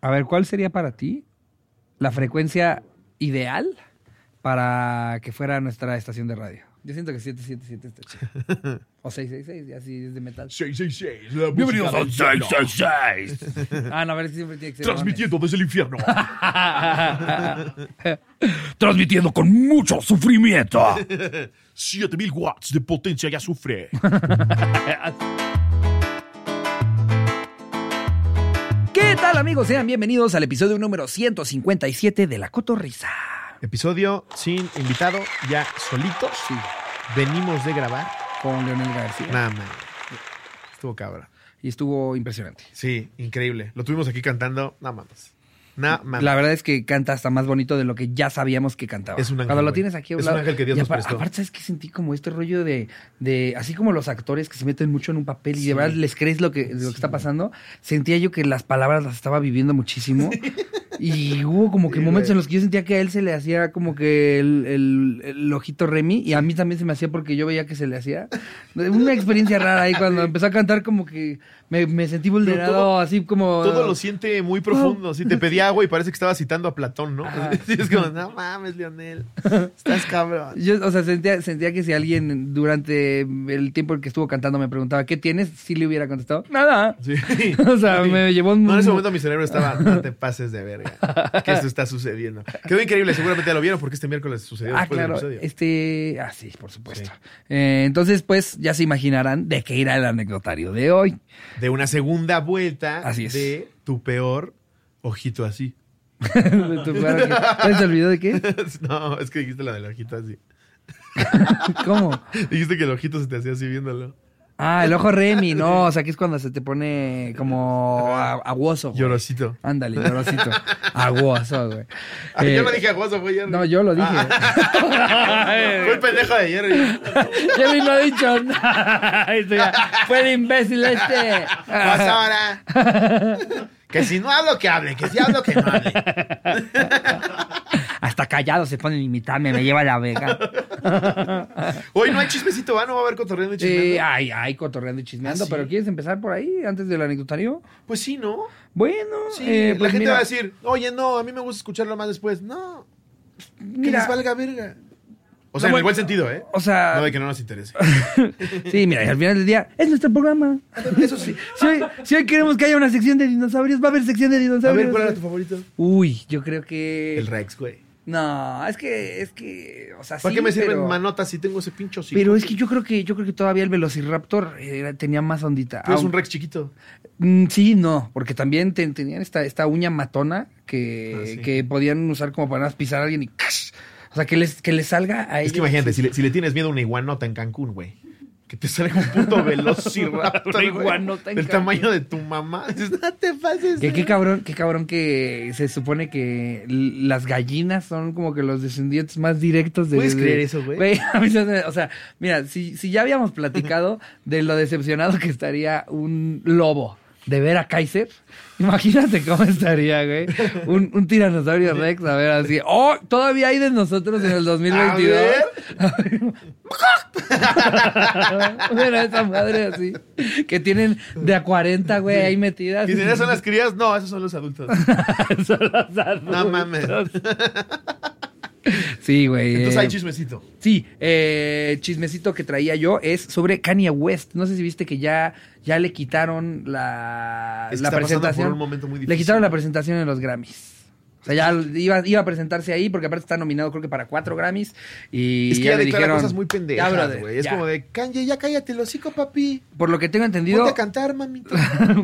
A ver, ¿cuál sería para ti la frecuencia ideal para que fuera nuestra estación de radio? Yo siento que 777 está chido. O 666, ya si es de metal. 666, la Bienvenidos música a del cielo. 666. Ah, no, a ver, siempre tiene que ser. Transmitiendo desde el infierno. Transmitiendo con mucho sufrimiento. 7000 watts de potencia ya sufre. ¿Qué tal, amigos? Sean bienvenidos al episodio número 157 de La Cotorrisa. Episodio sin invitado, ya solitos. Sí, Venimos de grabar. con Leonel García. Nada más. Estuvo cabra. Y estuvo impresionante. Sí, increíble. Lo tuvimos aquí cantando. Nada más. Nada más. La verdad es que canta hasta más bonito de lo que ya sabíamos que cantaba. Es un ángel, Cuando lo güey. tienes aquí a Es un lado- ángel que Dios y nos apa- prestó. Aparte, ¿sabes qué? Sentí como este rollo de, de- Así como los actores que se meten mucho en un papel y de verdad les crees lo que, lo que está pasando, sentía yo que las palabras las estaba viviendo muchísimo. Y hubo como que Sí, momentos güey. en los que yo sentía que a él se le hacía como que el, el- el ojito Remy y a mí también se me hacía porque yo veía que se le hacía. Una experiencia rara ahí cuando empezó a cantar como que me, me sentí vulnerado, todo- así como... Todo lo siente muy profundo. Si te pedí agua y parece que estaba citando a Platón, ¿no? Sí, es como, no mames, Leonel. Estás cabrón. Yo, o sea, sentía, sentía que si alguien durante el tiempo en que estuvo cantando me preguntaba, ¿qué tienes? Sí le hubiera contestado, nada. Sí. O sea, me llevó un- No, en ese momento mi cerebro estaba, no te pases de verga. Que esto está sucediendo. Quedó increíble, seguramente ya lo vieron porque este miércoles sucedió Ah, después claro, del episodio. este... Ah, sí, por supuesto. Eh, entonces, pues, ya se imaginarán de qué irá el anecdotario de hoy. De una segunda vuelta Así es. de tu peor ojito así. De tu- claro que- ¿Ya se olvidó de qué? no, es que dijiste la del ojito así. ¿Cómo? Dijiste que el ojito se te hacía así viéndolo. Ah, el ojo Remy, no, o sea, que es cuando se te pone como a- aguoso. güey. Llorosito. Ándale, llorosito. Aguoso, güey. Ah, yo Eh, no dije aguaso, fue Jerry. Ah, No, yo lo dije. Fue el pendejo de Jerry. Kevin no ha dicho nada. Esto ya Fue el imbécil este. Pues ahora. Que si no hablo, que hable. Que si hablo, que no hable. Hasta callado se ponen a imitarme, me lleva a la vega. Hoy no hay chismecito, ¿va? No va a haber cotorreo de chisme. Eh, ay, ay, cotorreando y chismeando. ¿Ah, sí? Pero ¿quieres empezar por ahí, antes del anecdotario? Pues sí, ¿no? Bueno, Sí, eh, la pues gente mira, va a decir, oye, no, a mí me gusta escucharlo más después. No, que mira, les valga verga. O sea, No, en el bueno, buen sentido, ¿eh? o sea- No de que no nos interese. sí, mira, y al final del día es nuestro programa. Eso sí. Si hoy, si hoy queremos que haya una sección de dinosaurios, va a haber sección de A dinosaurios. ver, ¿cuál era tu favorito? Uy, yo creo que. El Rex, güey. No, es que, es que, o sea, ¿Para sí, qué me sirven pero- manotas si tengo ese pincho hocico? Pero es que yo creo que yo creo que todavía el Velociraptor era- tenía más ondita. Pero es un Aun- Rex chiquito. Mm, Sí, no, porque también ten- tenían esta, esta uña matona que, Ah, sí. que podían usar como para nada más pisar a alguien y ¡cash! O sea, que les, que les salga a Es que ellos. imagínate, si le, si le tienes miedo a una iguanota en Cancún, güey. Que te salga un puto velociraptor, Una güey, iguanota en Del Cancún. tamaño de tu mamá. Dices, no te pases. Que qué cabrón, qué cabrón que se supone que l- las gallinas son como que los descendientes más directos de... ¿Puedes de- creer eso, güey? a mí se me- o sea, mira, si, si ya habíamos platicado de lo decepcionado que estaría un lobo de ver a Kaiser, imagínate cómo estaría, güey. Un, un tiranosaurio Rex, a ver, así. ¡Oh! Todavía hay de nosotros en el 2022. Bueno, esa madre así. Que tienen de a 40, güey, ahí metidas. Dicen, ¿esas son las crías? No, esos son los adultos. Son los No mames. Sí, güey. Entonces hay eh, chismecito. Sí, eh, chismecito que traía yo es sobre Kanye West. No sé si viste que ya, ya le quitaron la, Es que la está pasando presentación. por un momento muy Le difícil. quitaron la presentación en los Grammys. O sea, ya iba, iba a presentarse ahí porque aparte está nominado creo que para cuatro Grammys. Y Es que ya le declara dijeron, cosas muy "Ya, pendejas, brother, güey. Es ya". como de, Kanye, ya cállate el hocico, papi. Por lo que tengo entendido... Ponte a cantar, mamito.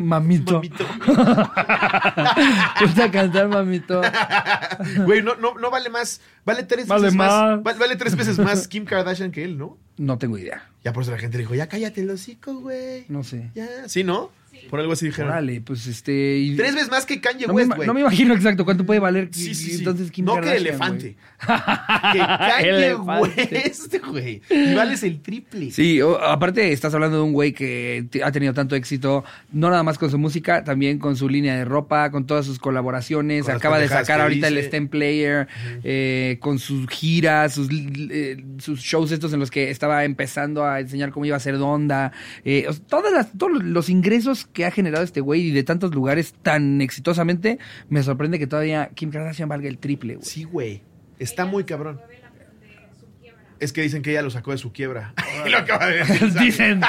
mamito. Mamito. Ponte a cantar, mamito. Güey, no, no, no vale más. Vale tres Vale veces más. más. Vale, vale tres veces más Kim Kardashian que él, ¿no? No tengo idea. Ya por eso la gente le dijo, ya cállate el hocico, güey. No sé. Ya. ¿Sí, no? Por algo así dijeron. Órale, pues este... y- Tres veces más que Kanye no me, West, ima- güey. no me imagino exacto cuánto puede valer Sí, sí, sí. entonces Kim no Kardashian, que elefante. güey. que Kanye Elefante. West, güey. Y vales el triple. Sí, o- aparte estás hablando de un güey que te- ha tenido tanto éxito, no nada más con su música, también con su línea de ropa, con todas sus colaboraciones, Con las acaba de pendejadas sacar que ahorita el dice. STEM Player, eh, con sus giras, sus, li- eh, sus shows estos en los que estaba empezando a enseñar cómo iba a ser Donda, eh, o sea, todas las- todos los ingresos fans que ha generado este güey y de tantos lugares tan exitosamente, me sorprende que todavía Kim Kardashian valga el triple, güey. Sí, güey. Está muy cabrón. Es que dicen que ella lo sacó de su quiebra. Y lo acaba de decir. Sammy. dicen,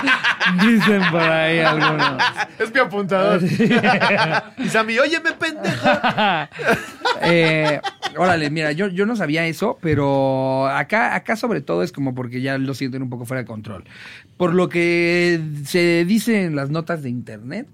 dicen por ahí algunos. Es mi apuntador. Ah, y Sammy, óyeme, pendejo. Eh, órale, mira, yo, yo no sabía eso, pero acá, acá sobre todo es como porque ya lo sienten un poco fuera de control. Por lo que se dice en las notas de internet,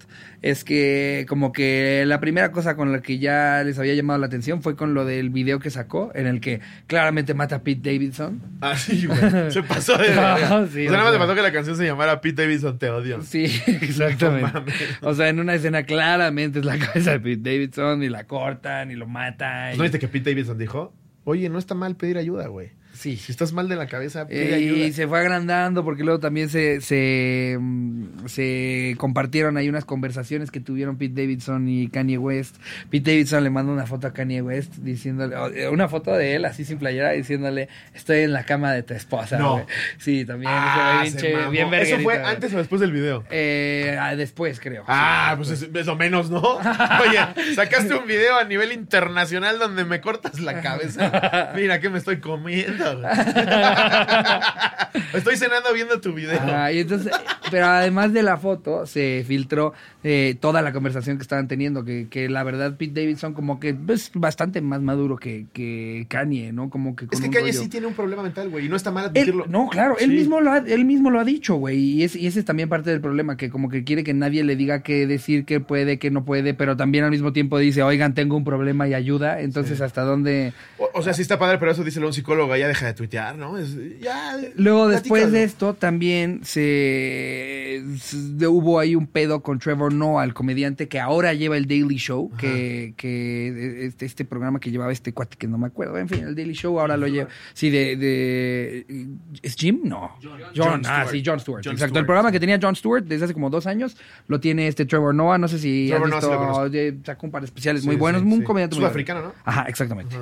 es que como que la primera cosa con la que ya les había llamado la atención fue con lo del video que sacó, en el que claramente mata a Pete Davidson. Así, Ah, güey. Se pasó de. No, verga. Ah, sí, o sea, nada más o sea. le pasó que la canción se llamara Pete Davidson, te odio. Sí, exactamente. No mames. o sea, en una escena claramente es la cabeza de Pete Davidson y la cortan y lo matan. Pues y- ¿No viste que Pete Davidson dijo? Oye, no está mal pedir ayuda, güey. Sí. Si estás mal de la cabeza, pide Eh, ayuda. Y se fue agrandando porque luego también se, se, mm, se compartieron ahí unas conversaciones que tuvieron Pete Davidson y Kanye West. Pete Davidson le manda una foto a Kanye West diciéndole, o, eh, una foto de él así sin playera diciéndole, estoy en la cama de tu esposa. No. güey". Sí, también. Ah, se ve bien se chévere, mamó. bien ¿Eso fue verguerita, güey. antes o después del video? Eh, ah, después creo. Ah, pues es, es lo menos, ¿no? Oye, sacaste un video a nivel internacional donde me cortas la cabeza. Mira que me estoy comiendo. güey. estoy cenando viendo tu video. Ajá, y entonces, pero además de la foto, se filtró eh, toda la conversación que estaban teniendo, que, que la verdad Pete Davidson como que es bastante más maduro que, que Kanye, ¿no? Como que con es que un Kanye rollo- sí tiene un problema mental, güey, y no está mal Él- admitirlo. no, claro, él, Sí. mismo lo ha, él mismo lo ha dicho, güey, y, es- y ese es también parte del problema, que como que quiere que nadie le diga qué decir, qué puede, qué no puede, pero también al mismo tiempo dice, oigan, tengo un problema y ayuda, entonces hasta dónde... O, o sea, sí está padre, pero eso díselo a un psicólogo, ya deja de tuitear, ¿no? Es- ya, Luego, después platícalo. de esto, también se, se- hubo ahí un pedo con Trevor Noah, el comediante que ahora lleva el Daily Show, que, que este, este programa que llevaba este cuate que no me acuerdo. En fin, el Daily Show ahora lo lleva. Sí, de, de- ¿Es Jim? No. John. John ah, Stewart. sí, John Stewart. John Exacto. El Stewart, programa que tenía John Stewart desde hace como dos años lo tiene este Trevor Noah. No sé si Trevor has Noah sí lo visto. conozco. de- sacó un par de especiales Sí, muy buenos. sí, un sí. comediante muy bueno. Sudafricano, ¿no? Ajá, exactamente.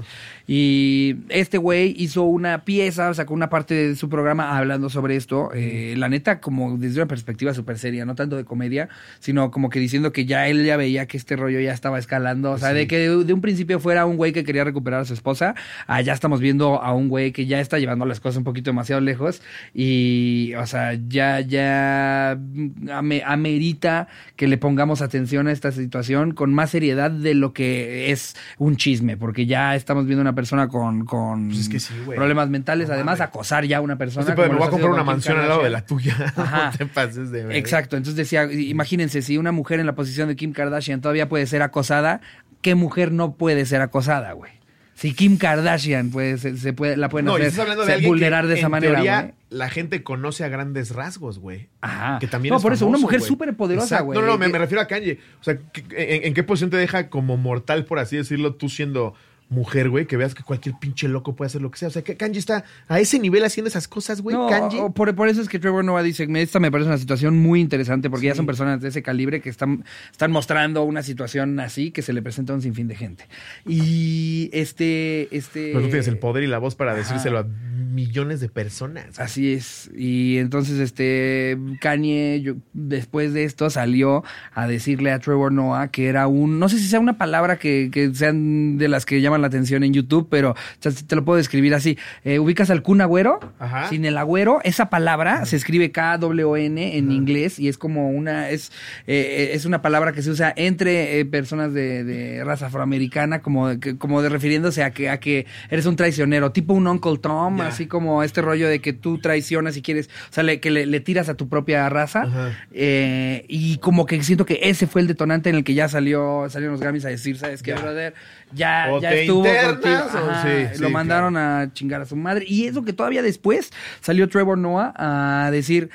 Y este güey hizo una pieza, sacó una parte de su programa hablando sobre esto. eh, la neta, como desde una perspectiva súper seria, no tanto de comedia, sino como que diciendo que ya él ya veía que este rollo ya estaba escalando. O sea, de que de, de un principio fuera un güey que quería recuperar a su esposa, allá estamos viendo a un güey que ya está llevando las cosas un poquito demasiado lejos. Y, o sea, ya, ya mm, ame- amerita que le pongamos atención a esta situación con más seriedad de lo que es un chisme, porque ya estamos viendo una persona con, con Pues es que sí, güey. problemas mentales, No además mames. acosar ya a una persona. No se puede, como Este me voy lo hace a comprar Don una Kim mansión al lado de Kardashian. la tuya. Ajá. No te pases de verga. Exacto, entonces decía, i- imagínense, si una mujer en la posición de Kim Kardashian todavía puede ser acosada, ¿qué mujer no puede ser acosada, güey? Si Kim Kardashian puede, ser- se, puede, la pueden No, y hacer, estás hablando se- de alguien vulnerar que, de esa en manera, teoría, güey. la gente conoce a grandes rasgos, güey. Ajá. Que también No, es por eso, una famoso, mujer güey. superpoderosa, Exacto. güey. No, no, me, Que- me refiero a Kanye. O sea, ¿qué- en, en qué posición te deja como mortal, por así decirlo, tú siendo mujer, güey? Que veas que cualquier pinche loco puede hacer lo que sea. O sea, que Kanye está a ese nivel haciendo esas cosas, güey. No, Kanye. o- por, por eso es que Trevor Noah dice, "Me- esta me parece una situación muy interesante porque ya son personas de ese calibre que están, están mostrando una situación así que se le presenta a un sinfín de gente. Y este... este Pero tú tienes el poder y la voz para decírselo a millones de personas. güey. Así es. Y entonces, este, Kanye, yo- después de esto, salió a decirle a Trevor Noah que era un, no sé si sea una palabra que, que sean de las que llaman la atención en YouTube, pero o sea, te lo puedo describir así. Eh, ¿Ubicas al Kun Agüero? Ajá. Sin el agüero, esa palabra se escribe K-W-N en inglés y es como una, es, eh, es una palabra que se usa entre eh, personas de, de raza afroamericana, como, de que- como de refiriéndose a que, a que eres un traicionero, tipo un Uncle Tom, Ya. así como este rollo de que tú traicionas y quieres, o sea, le- que le, le tiras a tu propia raza. Ajá. Eh, y como que siento que ese fue el detonante en el que ya salió, salieron los Grammys a decir, ¿sabes qué, Ya. brother? Ya, O ya te estuvo. internas, contigo". o Ajá, sí, lo sí, mandaron a chingar a su madre. Y eso que todavía después salió Trevor Noah a decir,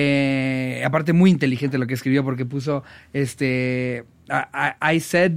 eh, aparte muy inteligente lo que escribió porque puso, este, I, I- I said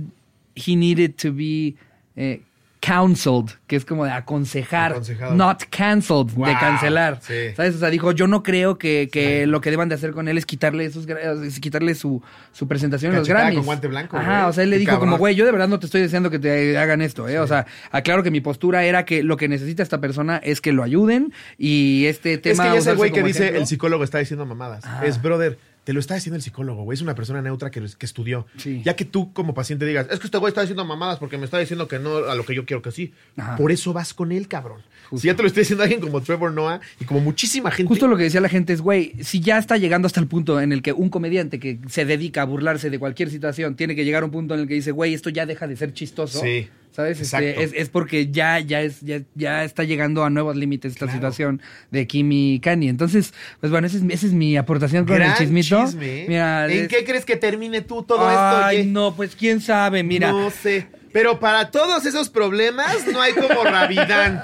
he needed to be... eh, Counseled, que es como de aconsejar, Aconsejado. not cancelled, de Wow, cancelar. sí. ¿Sabes? O sea, dijo, yo no creo que, que lo que deban de hacer con él es quitarle esos gra- es quitarle su, su presentación en los Cachetada Grammys. con guante blanco, Ajá, güey. o sea, él le Qué dijo cabrón. como, güey, yo de verdad no te estoy deseando que te hagan esto, ¿eh? O sea, aclaro que mi postura era que lo que necesita esta persona es que lo ayuden y este tema... es que ya es el usarse güey que como dice ejemplo". el psicólogo está diciendo mamadas. Ajá. Es brother. te lo está diciendo el psicólogo, güey. Es una persona neutra que, que estudió. Sí. Ya que tú como paciente digas, es que este güey está diciendo mamadas porque me está diciendo que no a lo que yo quiero que sí. Ajá. Por eso vas con él, cabrón. Si ya te lo está diciendo alguien como Trevor Noah y como muchísima gente. Justo lo que decía la gente es, güey, si ya está llegando hasta el punto en el que un comediante que se dedica a burlarse de cualquier situación tiene que llegar a un punto en el que dice, güey, esto ya deja de ser chistoso. Sí, ¿Sabes? Este, exacto. es, es porque ya, ya, es, ya, ya está llegando a nuevos límites esta Claro. situación de Kim y Kanye. Entonces, pues bueno, esa es, mi- esa es mi aportación con el Gran chismito. chisme, ¿eh? Mira, ¿En es- qué crees que termine tú todo esto? Ay, oye? no, pues quién sabe, mira. No sé. Pero para todos esos problemas no hay como Ravidán.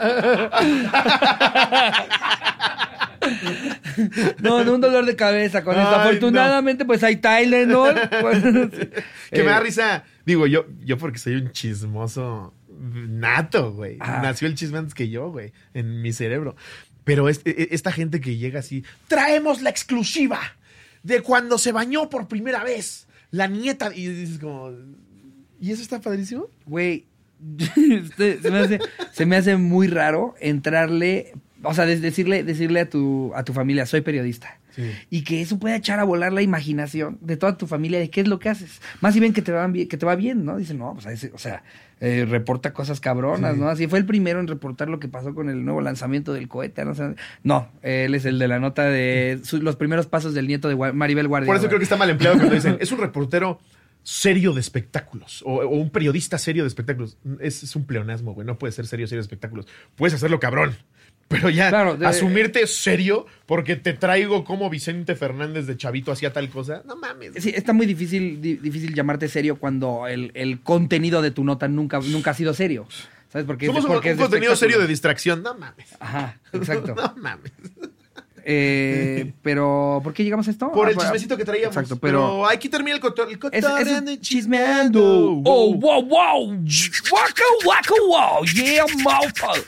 No, no un dolor de cabeza con esto. Ay, no. Afortunadamente, pues hay Tylenol. Pues, Que me da eh, risa. Digo, yo, yo porque soy un chismoso nato, güey. Ah. Nació el chisme antes que yo, güey, en mi cerebro. Pero es- e- esta gente que llega así, traemos la exclusiva de cuando se bañó por primera vez la nieta. Y dices como, ¿y eso está padrísimo? Güey, este, se, me hace, se me hace muy raro entrarle, o sea, des- decirle, decirle a tu, a tu familia, soy periodista. Sí. Y que eso pueda echar a volar la imaginación de toda tu familia de qué es lo que haces. Más si ven que te, van bien, que te va bien, ¿no? Dicen, no, pues a ese- o sea, eh, reporta cosas cabronas, ¿no? Así fue el primero en reportar lo que pasó con el nuevo lanzamiento del cohete, ¿no? O sea, no, él es el de la nota de su- los primeros pasos del nieto de Gua- Maribel Guardia. Por eso güey. creo que está mal empleado cuando dicen, es un reportero serio de espectáculos o, o un periodista serio de espectáculos. Es, es un pleonasmo, güey. No puede ser serio, serio de espectáculos. Puedes hacerlo cabrón. Pero ya Claro, de- asumirte serio porque te traigo como Vicente Fernández de Chavito hacía tal cosa. No mames. Sí, está muy difícil, di- difícil llamarte serio cuando el, el contenido de tu nota nunca, nunca ha sido serio. ¿Sabes? Porque, es- Somos un- porque un, es de contenido serio de espectáculo. distracción. No mames. Ajá, exacto. No mames. Eh, pero, ¿por qué llegamos a esto? Por Ah, el para- chismecito que traíamos. Exacto, pero... pero... aquí termina el cotor. El Es, cotorreando es y un chismeando. Oh, wow, wow. Waka, waka, wow. Yeah, mouthful.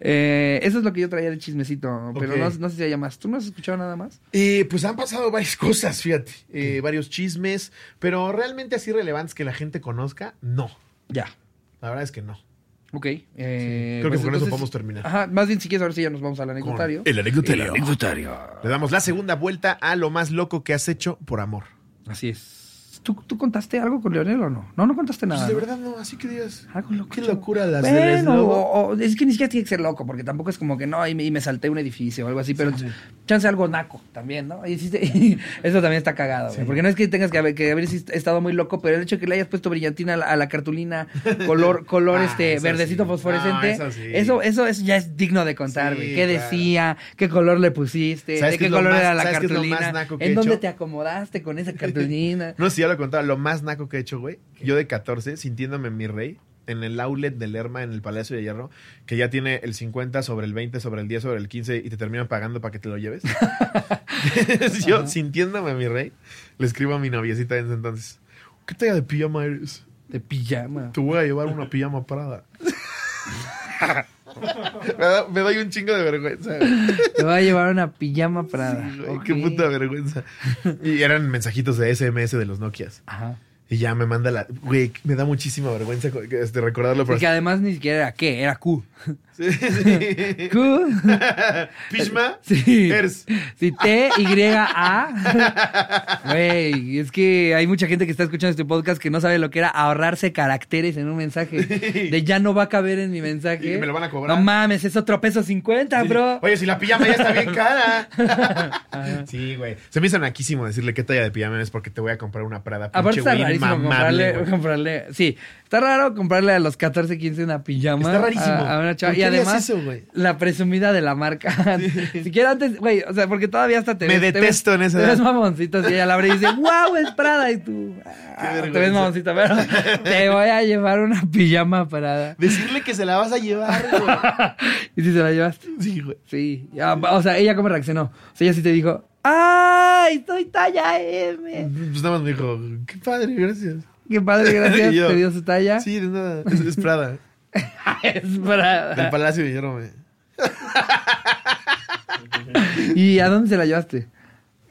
Eh, eso es lo que yo traía de chismecito, pero Ok. no, no sé si hay más. ¿Tú no has escuchado nada más? Eh, pues han pasado varias cosas, fíjate. Eh, varios chismes, pero realmente así relevantes que la gente conozca, no. Ya. La verdad es que no. Ok. eh, Creo que pues con eso entonces- podemos terminar. Ajá, más bien si quieres, ahora sí ya nos vamos al anecdotario. El anecdotario. El anecdotario. Le damos la segunda vuelta a lo más loco que has hecho por amor. Así es. ¿Tú, tú contaste algo con Leonel o no? No, no contaste nada. Pues de ¿no? verdad no, así que digas. Algo loco. Qué locura las de Les Bueno, Lobo. o- o- es que ni siquiera tiene que ser loco, porque tampoco es como que no, y me, y me salté un edificio o algo así, pero chance algo naco también, ¿no? Y hiciste- eso también está cagado, güey, porque no es que tengas que haber, que haber est- estado muy loco, pero el hecho de que le hayas puesto brillantina a la, a la cartulina color, color Ah, este eso verdecito sí. fosforescente, No, eso sí. eso, eso, eso ya es digno de contar, Sí, güey. ¿Qué claro. decía? ¿Qué color le pusiste? ¿Sabes ¿De qué qué es lo color más- era la sabes qué es lo más cartulina? naco que he ¿En dónde hecho? te acomodaste con esa cartulina? No sé si ya lo contaba, lo más naco que he hecho, güey. Yo de 14, sintiéndome mi rey, en el outlet de Lerma, en el Palacio de Hierro, que ya tiene el 50 sobre el 20, sobre el 10, sobre el 15 y te terminan pagando para que te lo lleves. Yo, sintiéndome mi rey, le escribo a mi noviecita en ese entonces. ¿Qué talla de pijama eres? De pijama. Te voy a llevar una pijama parada. me, da- me doy un chingo de vergüenza. güey. Te voy a llevar una pijama Prada. Güey, Ok. Qué puta vergüenza. Y eran mensajitos de SMS de los Nokias. Ajá. Y ya me manda la. Güey, me da muchísima vergüenza co- que- este, recordarlo. Pero... Y que además ni siquiera era qué, era Q. Sí, sí. Q. Pishma. Sí. Eh, Ers. Sí, T, Y, A. Güey, es que hay mucha gente que está escuchando este podcast que no sabe lo que era ahorrarse caracteres en un mensaje. De ya no va a caber en mi mensaje. Y me lo van a cobrar. No mames, es otro peso cincuenta, Ah, bro. Oye, si la pijama ya está bien cara. sí, güey. Se me hizo naquísimo decirle qué talla de pijama es porque te voy a comprar una Prada. Aparte Pinche está güey rarísimo inmamable, comprarle, güey. comprarle- sí, está raro comprarle a los 14, 15 una pijama. Está rarísimo. A, a una chava. ¿Por Y qué harías además, eso, güey? la presumida de la marca. Siquiera antes, güey, o sea, porque todavía hasta te Me ves- te detesto ves- en esa Te edad. ves mamoncito, y ella la abre y dice, wow, es Prada. Y tú, ah, te ves vergüenza. mamoncito, pero te voy a llevar una pijama Prada. Decirle que se la vas a llevar, güey. ¿Y si se la llevaste? Sí, güey. Sí. Ya, O sea, ella cómo reaccionó. O sea, ella sí te dijo, ¡ay, soy talla M! Pues nada más me dijo, qué padre, gracias. Qué padre, gracias. Y yo, te dio su talla. Sí, de nada. Es, es Prada. Es Prada. Del Palacio de Hierro, güey. ¿Y a dónde se la llevaste?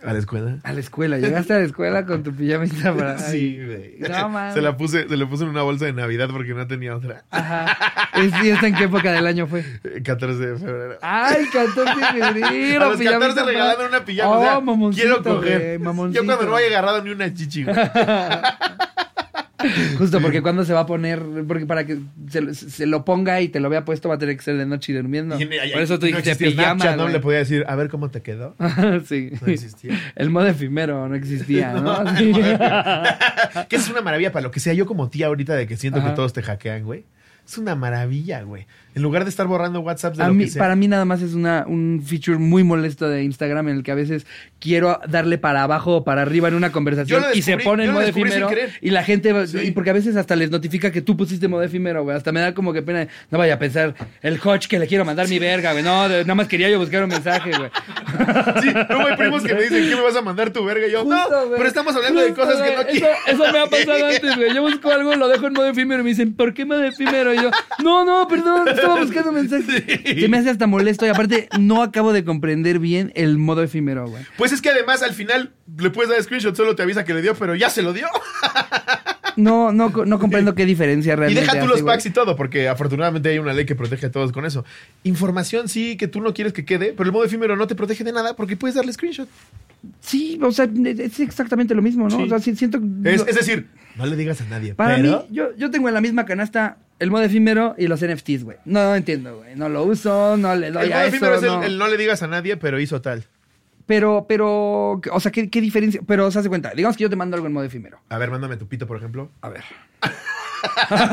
a la escuela. A la escuela, llegaste a la escuela con tu pijamita para. Sí, güey. No, mames. se la puse, se la puse en una bolsa de Navidad porque no tenía otra. Ajá. ¿Es, ¿Y esta en qué época del año fue? Eh, 14 de febrero. ¡Ay, 14 de febrero! a los 14 Ah, pijamita regalaron para- una pijama. Oh, o sea, mamoncito, quiero güey, coger. mamoncito. Yo cuando no haya agarrado ni una chichi, güey. Justo porque cuando se va a poner, porque para que se, lo- se lo ponga y te lo vea puesto va a tener que ser de noche y durmiendo. Y- y- Por eso tú no dijiste existía pijama. Snapchat, no güey. le podía decir, a ver cómo te quedó. sí. No existía. El modo efimero no existía, ¿no? No, Sí. que es una maravilla para lo que sea. Yo como tía ahorita de que siento Ajá. que todos te hackean, güey. Es una maravilla, güey. En lugar de estar borrando WhatsApp de A lo mí- que sea. para mí nada más es una, un feature muy molesto de Instagram en el que a veces quiero darle para abajo o para arriba en una conversación Yo lo y se descubrí, pone en yo lo modo descubrí sin efímero querer. y la gente, va- Sí. y porque a veces hasta les notifica que tú pusiste modo efímero, güey, hasta me da como que pena, no vaya a pensar el hotch que le quiero mandar mi verga, güey, no, de- nada más quería yo buscar un mensaje, güey. Sí, luego hay primos que me dicen, ¿qué me vas a mandar tu verga? Y yo, Justo, no, güey. pero estamos hablando de Justo, cosas güey. que no eso, quiero. eso me ha pasado antes, güey. Yo busco algo, lo dejo en modo efímero y me dicen, ¿por qué modo efímero? Y yo, no, no, perdón, estaba buscando mensajes. Se me hace hasta molesto y aparte no acabo de comprender bien el modo efímero, güey. Pues es que además al final le puedes dar screenshot, solo te avisa que le dio, pero ya se lo dio. No, no, co- no comprendo qué diferencia Y realmente. deja tú hace, los güey. packs y todo, porque afortunadamente hay una ley que protege a todos con eso. Información sí que tú no quieres que quede, pero el modo efímero no te protege de nada porque puedes darle screenshot. Sí, o sea, es exactamente lo mismo, ¿no? Sí. O sea, sí, siento. Es, yo- es decir, no le digas a nadie. Para pero... mí, yo, yo tengo en la misma canasta el modo efímero y los NFTs, güey. No, no entiendo, güey. No lo uso, no le doy El a modo efímero eso, es el- no. el no le digas a nadie, pero hizo tal. Pero, pero, o sea, ¿qué, qué diferencia? Pero, o sea, se cuenta, digamos que yo te mando algo en modo efímero. A ver, mándame tu pito, por ejemplo. A ver.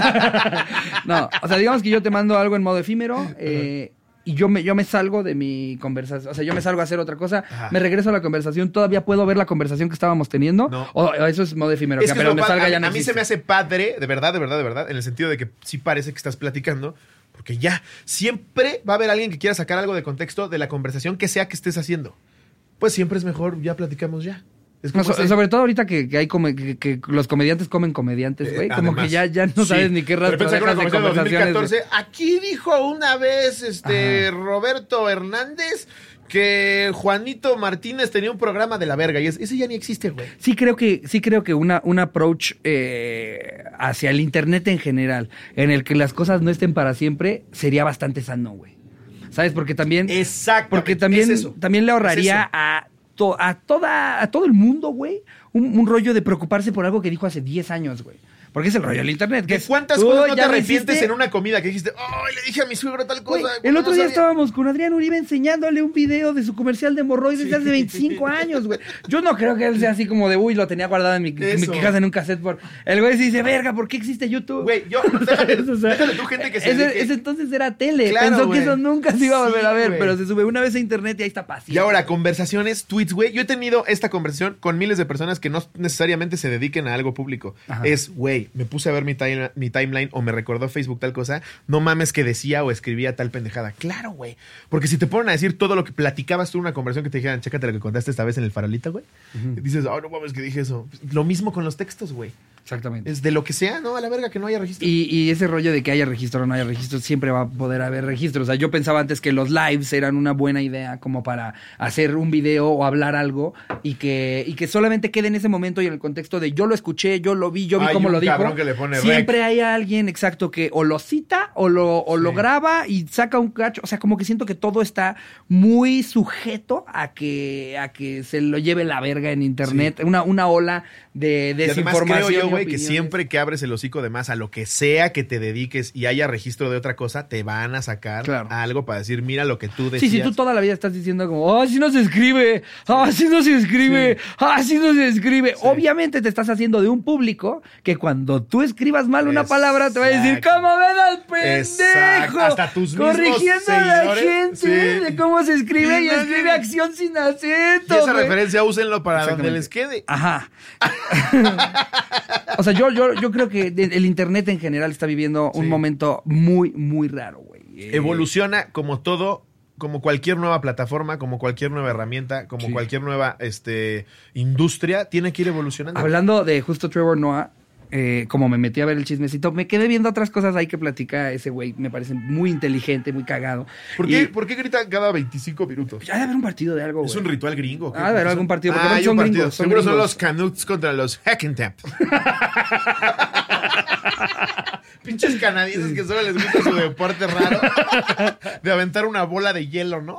no, o sea, digamos que yo te mando algo en modo efímero eh, y yo me, yo me salgo de mi conversación. O sea, yo me salgo a hacer otra cosa, Ajá. me regreso a la conversación, todavía puedo ver la conversación que estábamos teniendo. No. O, o eso es modo efímero, Es que que pero es lo me pa- salga a, ya no a mí se existe. me hace padre, de verdad, de verdad, de verdad, en el sentido de que sí parece que estás platicando, porque ya siempre va a haber alguien que quiera sacar algo de contexto de la conversación que sea que estés haciendo. Pues siempre es mejor, ya platicamos ya. Es No, como so- ese- sobre todo ahorita que, que hay come- que, que los comediantes comen comediantes, güey. Eh, como además. que ya, ya no Sí. sabes ni qué De rato repente saca una dejas de conversación de conversaciones. güey. 2014, Aquí dijo una vez este Roberto Hernández que Juanito Martínez tenía un programa de la verga y es- ese ya ni existe, güey. Sí creo que, sí creo que una, un approach eh, hacia el internet en general, en el que las cosas no estén para siempre, sería bastante sano, güey. ¿Sabes? Porque también. Exacto. Porque también, también le ahorraría a, to- a, toda, a todo el mundo, güey, un, un rollo de preocuparse por algo que dijo hace 10 años, güey. Porque es el rollo del internet. Que ¿De es, cuántas "Oh, cosas no te ya lo arrepientes hiciste". en una comida que dijiste, ay, le dije a mi suegro tal cosa? Güey, güey, el no otro día sabía"? estábamos con Adrián Uribe enseñándole un video de su comercial de hemorroides de hace 25 años, güey. Yo no creo que él sea así como de, uy, lo tenía guardado en mi, mi Eso. casa en un cassette. Por... El güey se dice, verga, ¿por qué existe YouTube? Güey, yo, déjale, O sea, déjale tú gente que se ese, dedique. ese entonces era tele. Claro, Pensó güey. que eso nunca se iba a volver a Sí, ver, güey. pero se sube una vez a internet y ahí está paciente. Y ahora, conversaciones, tweets, güey. Yo he tenido esta conversación con miles de personas que no necesariamente se dediquen a algo público. Ajá. Es, güey, me puse a ver mi, time- mi timeline o me recordó Facebook tal cosa. No mames que decía o escribía tal pendejada. Claro, güey. Porque si te ponen a decir todo lo que platicabas tú en una conversación que te dijeran, chécate lo que contaste esta vez en el farolita, güey. Dices, ah, no mames que dije eso. Lo mismo con los textos, güey. Exactamente. Es de lo que sea, ¿no? A la verga que no haya registro. Y, y ese rollo de que haya registro o no haya registro, siempre va a poder haber registro. O sea, yo pensaba antes que los lives eran una buena idea como para hacer un video o hablar algo y que, y que solamente quede en ese momento y en el contexto de yo lo escuché, yo lo vi, yo vi Hay cómo un lo dijo. cabrón que le pone rec. siempre hay alguien exacto que o lo cita o lo, o lo Sí. graba y saca un cacho. O sea, como que siento que todo está muy sujeto a que, a que se lo lleve la verga en internet. Una, una ola de Y además desinformación. creo yo, y güey, que opiniones. siempre que abres el hocico de más a lo que sea que te dediques y haya registro de otra cosa, te van a sacar Claro. algo para decir, mira lo que tú Sí, decías. si tú toda la vida estás diciendo como, ah, si no se escribe, ah, si no se escribe, ah, si no se escribe. Obviamente te estás haciendo de un público que cuando tú escribas mal una palabra te va a decir, Exacto. ¿cómo ven al pendejo? Exacto. Hasta tus mismos Corrigiendo a la gente seguidores, sí. de cómo se escribe y Imagínate. escribe acción sin Y acento. esa güey. referencia úsenlo para donde Exactamente. les quede. Ajá. o sea, yo, yo, yo creo que de- el Internet en general está viviendo un Sí. momento muy, muy raro, güey. Eh, Evoluciona como todo, como cualquier nueva plataforma, como cualquier nueva herramienta, como Sí. cualquier nueva este, industria, tiene que ir evolucionando. Hablando de justo Trevor Noah, eh, como me metí a ver el chismecito, me quedé viendo otras cosas ahí que platica ese güey. Me parece muy inteligente, muy cagado. ¿Por Y- qué, pues, ¿Por qué gritan cada 25 minutos? Ya debe haber un partido de algo, ¿Es güey. un ritual gringo? o qué? Ah, debe haber Son- algún partido, porque Ah, aparte hay son un gringos, son Seguro son gringos. los Canucks contra los Hackentamp. Pinches canadienses que solo les gusta su deporte raro de aventar una bola de hielo, ¿no?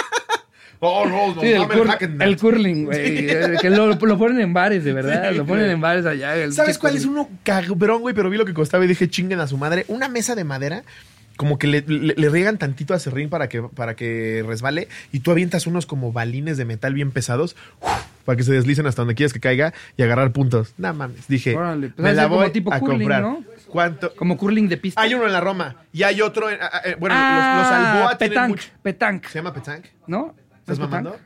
oh, no, no, Sí, el, mames, cur- Hackentamp. el curling, güey. Eh, Que lo, lo ponen en bares, de verdad. Sí, lo ponen güey. en bares allá. el ¿Sabes pinche cuál es curling. uno cabrón, güey? Pero vi lo que costaba y dije, chinguen a su madre. Una mesa de madera, como que le, le, le riegan tantito a serrín para que, para que resbale y tú avientas unos como balines de metal bien pesados uf, para que se deslicen hasta donde quieras que caiga y agarrar puntos. No mames. Dije, Órale, pues ha me de la ser como voy tipo a curling, comprar. ¿no? ¿Cuánto? Como curling de pista. Hay uno en la Roma y hay otro en... ah, ah, eh, bueno, los, los Ah, Alboa tienen petanque, mucho- petanque, ¿Se llama Petanque? ¿no? ¿Es ¿Estás petanque? mamando?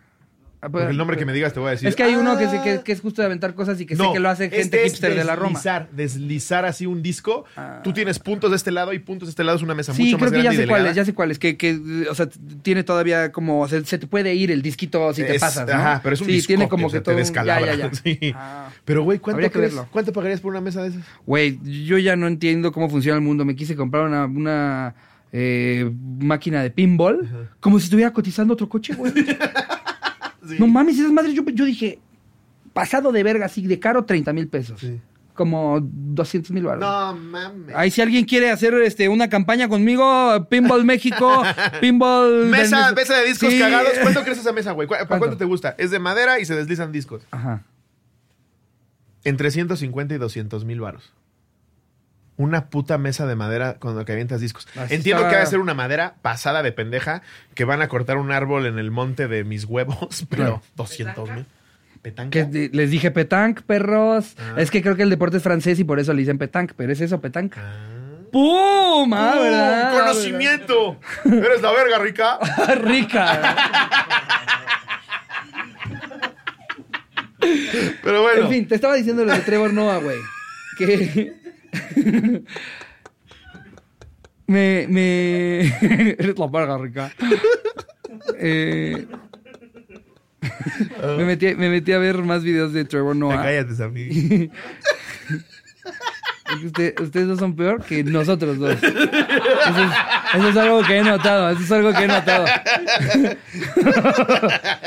Ah, pues, Porque el nombre que me digas te voy a decir. Es que hay uno que, "Ah". se- que, que es justo de aventar cosas y que sé No, que lo hace gente este es hipster de la Roma. Ah. Deslizar, deslizar así un disco. Tú tienes puntos de este lado y puntos de este lado. Es una mesa Sí, mucho creo más que ya grande sé y cuál delgada. es, ya sé cuál es. Que, que, o sea, t- tiene todavía como. o sea, se te puede ir el disquito si te Es- pasas. ¿no? Ajá, pero es un sí, disco. tiene como que te todo. un- descalabra. ya, ya, ya. sí. Ah. Pero, güey, ¿cuánto, Habría que crees- verlo. ¿cuánto pagarías por una mesa de esas? Güey, yo ya no entiendo cómo funciona el mundo. Me quise comprar una, una eh, máquina de pinball como si estuviera cotizando otro coche, güey. No mames, esas madres, yo, yo dije, pasado de verga, así de caro, 30 mil pesos. Sí. Como 200 mil baros. No mames. Ahí si alguien quiere hacer este una campaña conmigo, Pinball México, Pinball... Mesa, del- mesa de discos Sí. cagados. ¿Cuánto crees esa mesa, güey? ¿Cu- ¿Para ¿Cuánto cuánto te gusta? Es de madera y se deslizan discos. Ajá. Entre 150 y 200 mil varos. Una puta mesa de madera cuando que avientas discos. Así Entiendo estaba- que va a ser una madera pasada de pendeja que van a cortar un árbol en el monte de mis huevos, pero Claro. 200 mil. Petanca. Que de- les dije petanque, perros. Ah. Es que creo que el deporte es francés y por eso le dicen petanque, pero es eso, petanque. Ah. ¡Pum! Ah, ¡Uh, ¿verdad? ¡Conocimiento! ¡Eres la verga, rica! Ah, Rica. Pero bueno. En fin, te estaba diciendo lo de Trevor Noah, güey. Que. me. me... Eres la verga, rica. Eh, me, metí, me metí a ver más videos de Trevor Ya Noah. cállate, Sammy. Es que usted- ustedes dos son peor que nosotros dos. Eso es, eso es algo que he notado. Eso es algo que he notado.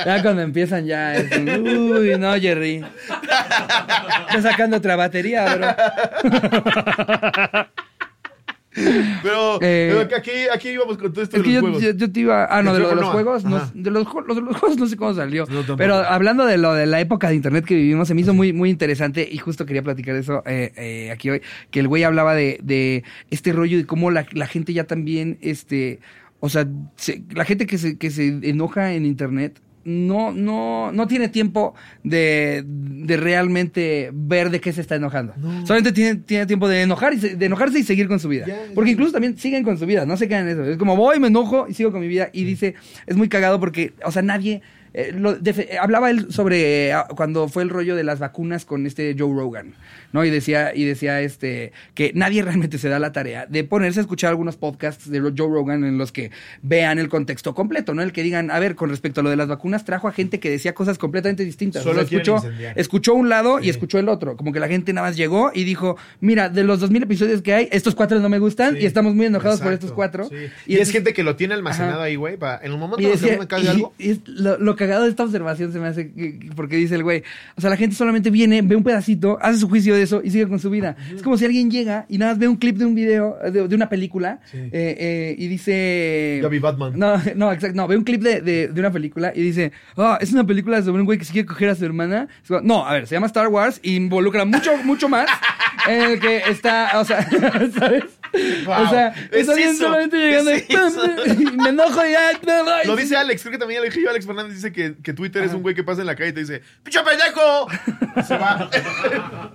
ya cuando empiezan ya. es un, Uy, no, Jerry. Está sacando otra batería, bro. Pero, Eh, pero que aquí, aquí íbamos con todo esto Es de que yo, los juegos. yo- yo te iba. Ah, no, El de lo de Trevor los Noah. juegos. no- Ajá. de, los, ju- los de los juegos no sé cómo salió. No, tampoco. pero hablando de lo de la época de internet que vivimos, se me hizo muy, muy interesante y justo quería platicar eso eh, eh, aquí hoy. Que el güey hablaba de, de este rollo de cómo la, la gente ya también. este O sea, se- la gente que se, que se enoja en internet. No, no, no tiene tiempo de, de realmente ver de qué se está enojando. Solamente tiene, tiene tiempo de, enojar y se- de enojarse y seguir con su vida. Ya, ya. Porque incluso también siguen con su vida, no se quedan en eso. Es como voy, me enojo y sigo con mi vida. Y dice, es muy cagado porque, o sea, nadie. eh, lo defe- eh, hablaba él sobre eh, ah, cuando fue el rollo de las vacunas con este Joe Rogan, ¿no? Y decía, y decía este, que nadie realmente se da la tarea de ponerse a escuchar algunos podcasts de Joe Rogan en los que vean el contexto completo, ¿no? El que digan, a ver, con respecto a lo de las vacunas, trajo a gente que decía cosas completamente distintas. o Solo sea, quieren escuchó, incendiar. escuchó un lado y escuchó el otro. Como que la gente nada más llegó y dijo, mira, de los 2.000 episodios que hay, estos cuatro no me gustan Sí. y estamos muy enojados por Exacto, estos cuatro. sí. Y, Y, es entonces- gente que lo tiene almacenado Ajá. ahí, güey. para- En un momento y en el que decía- uno me cae de algo. y- y es lo, lo cagado de esta observación se me hace que- que- porque dice el güey, o sea, la gente solamente viene, ve un pedacito, hace su juicio de eso y sigue con su vida. Es como si alguien llega y nada más ve un clip de un video, de, de una película, Sí. eh, eh, y dice... Ya vi Batman. No, no, exacto, no, ve un clip de, de- de una película y dice, ah, es una película sobre un güey que se quiere coger a su hermana. Es como, No, a ver, se llama Star Wars y involucra mucho, mucho más en el que está, o sea, ¿sabes? Wow, o sea, es está bien eso, solamente llegando es y, pam, eso. y me enojo y ya, me voy. Lo dice Alex, creo que también ya lo dije yo. Alex Fernández dice que, que Twitter es un güey que pasa en la calle y te dice, ¡Picho pendejo! Se va.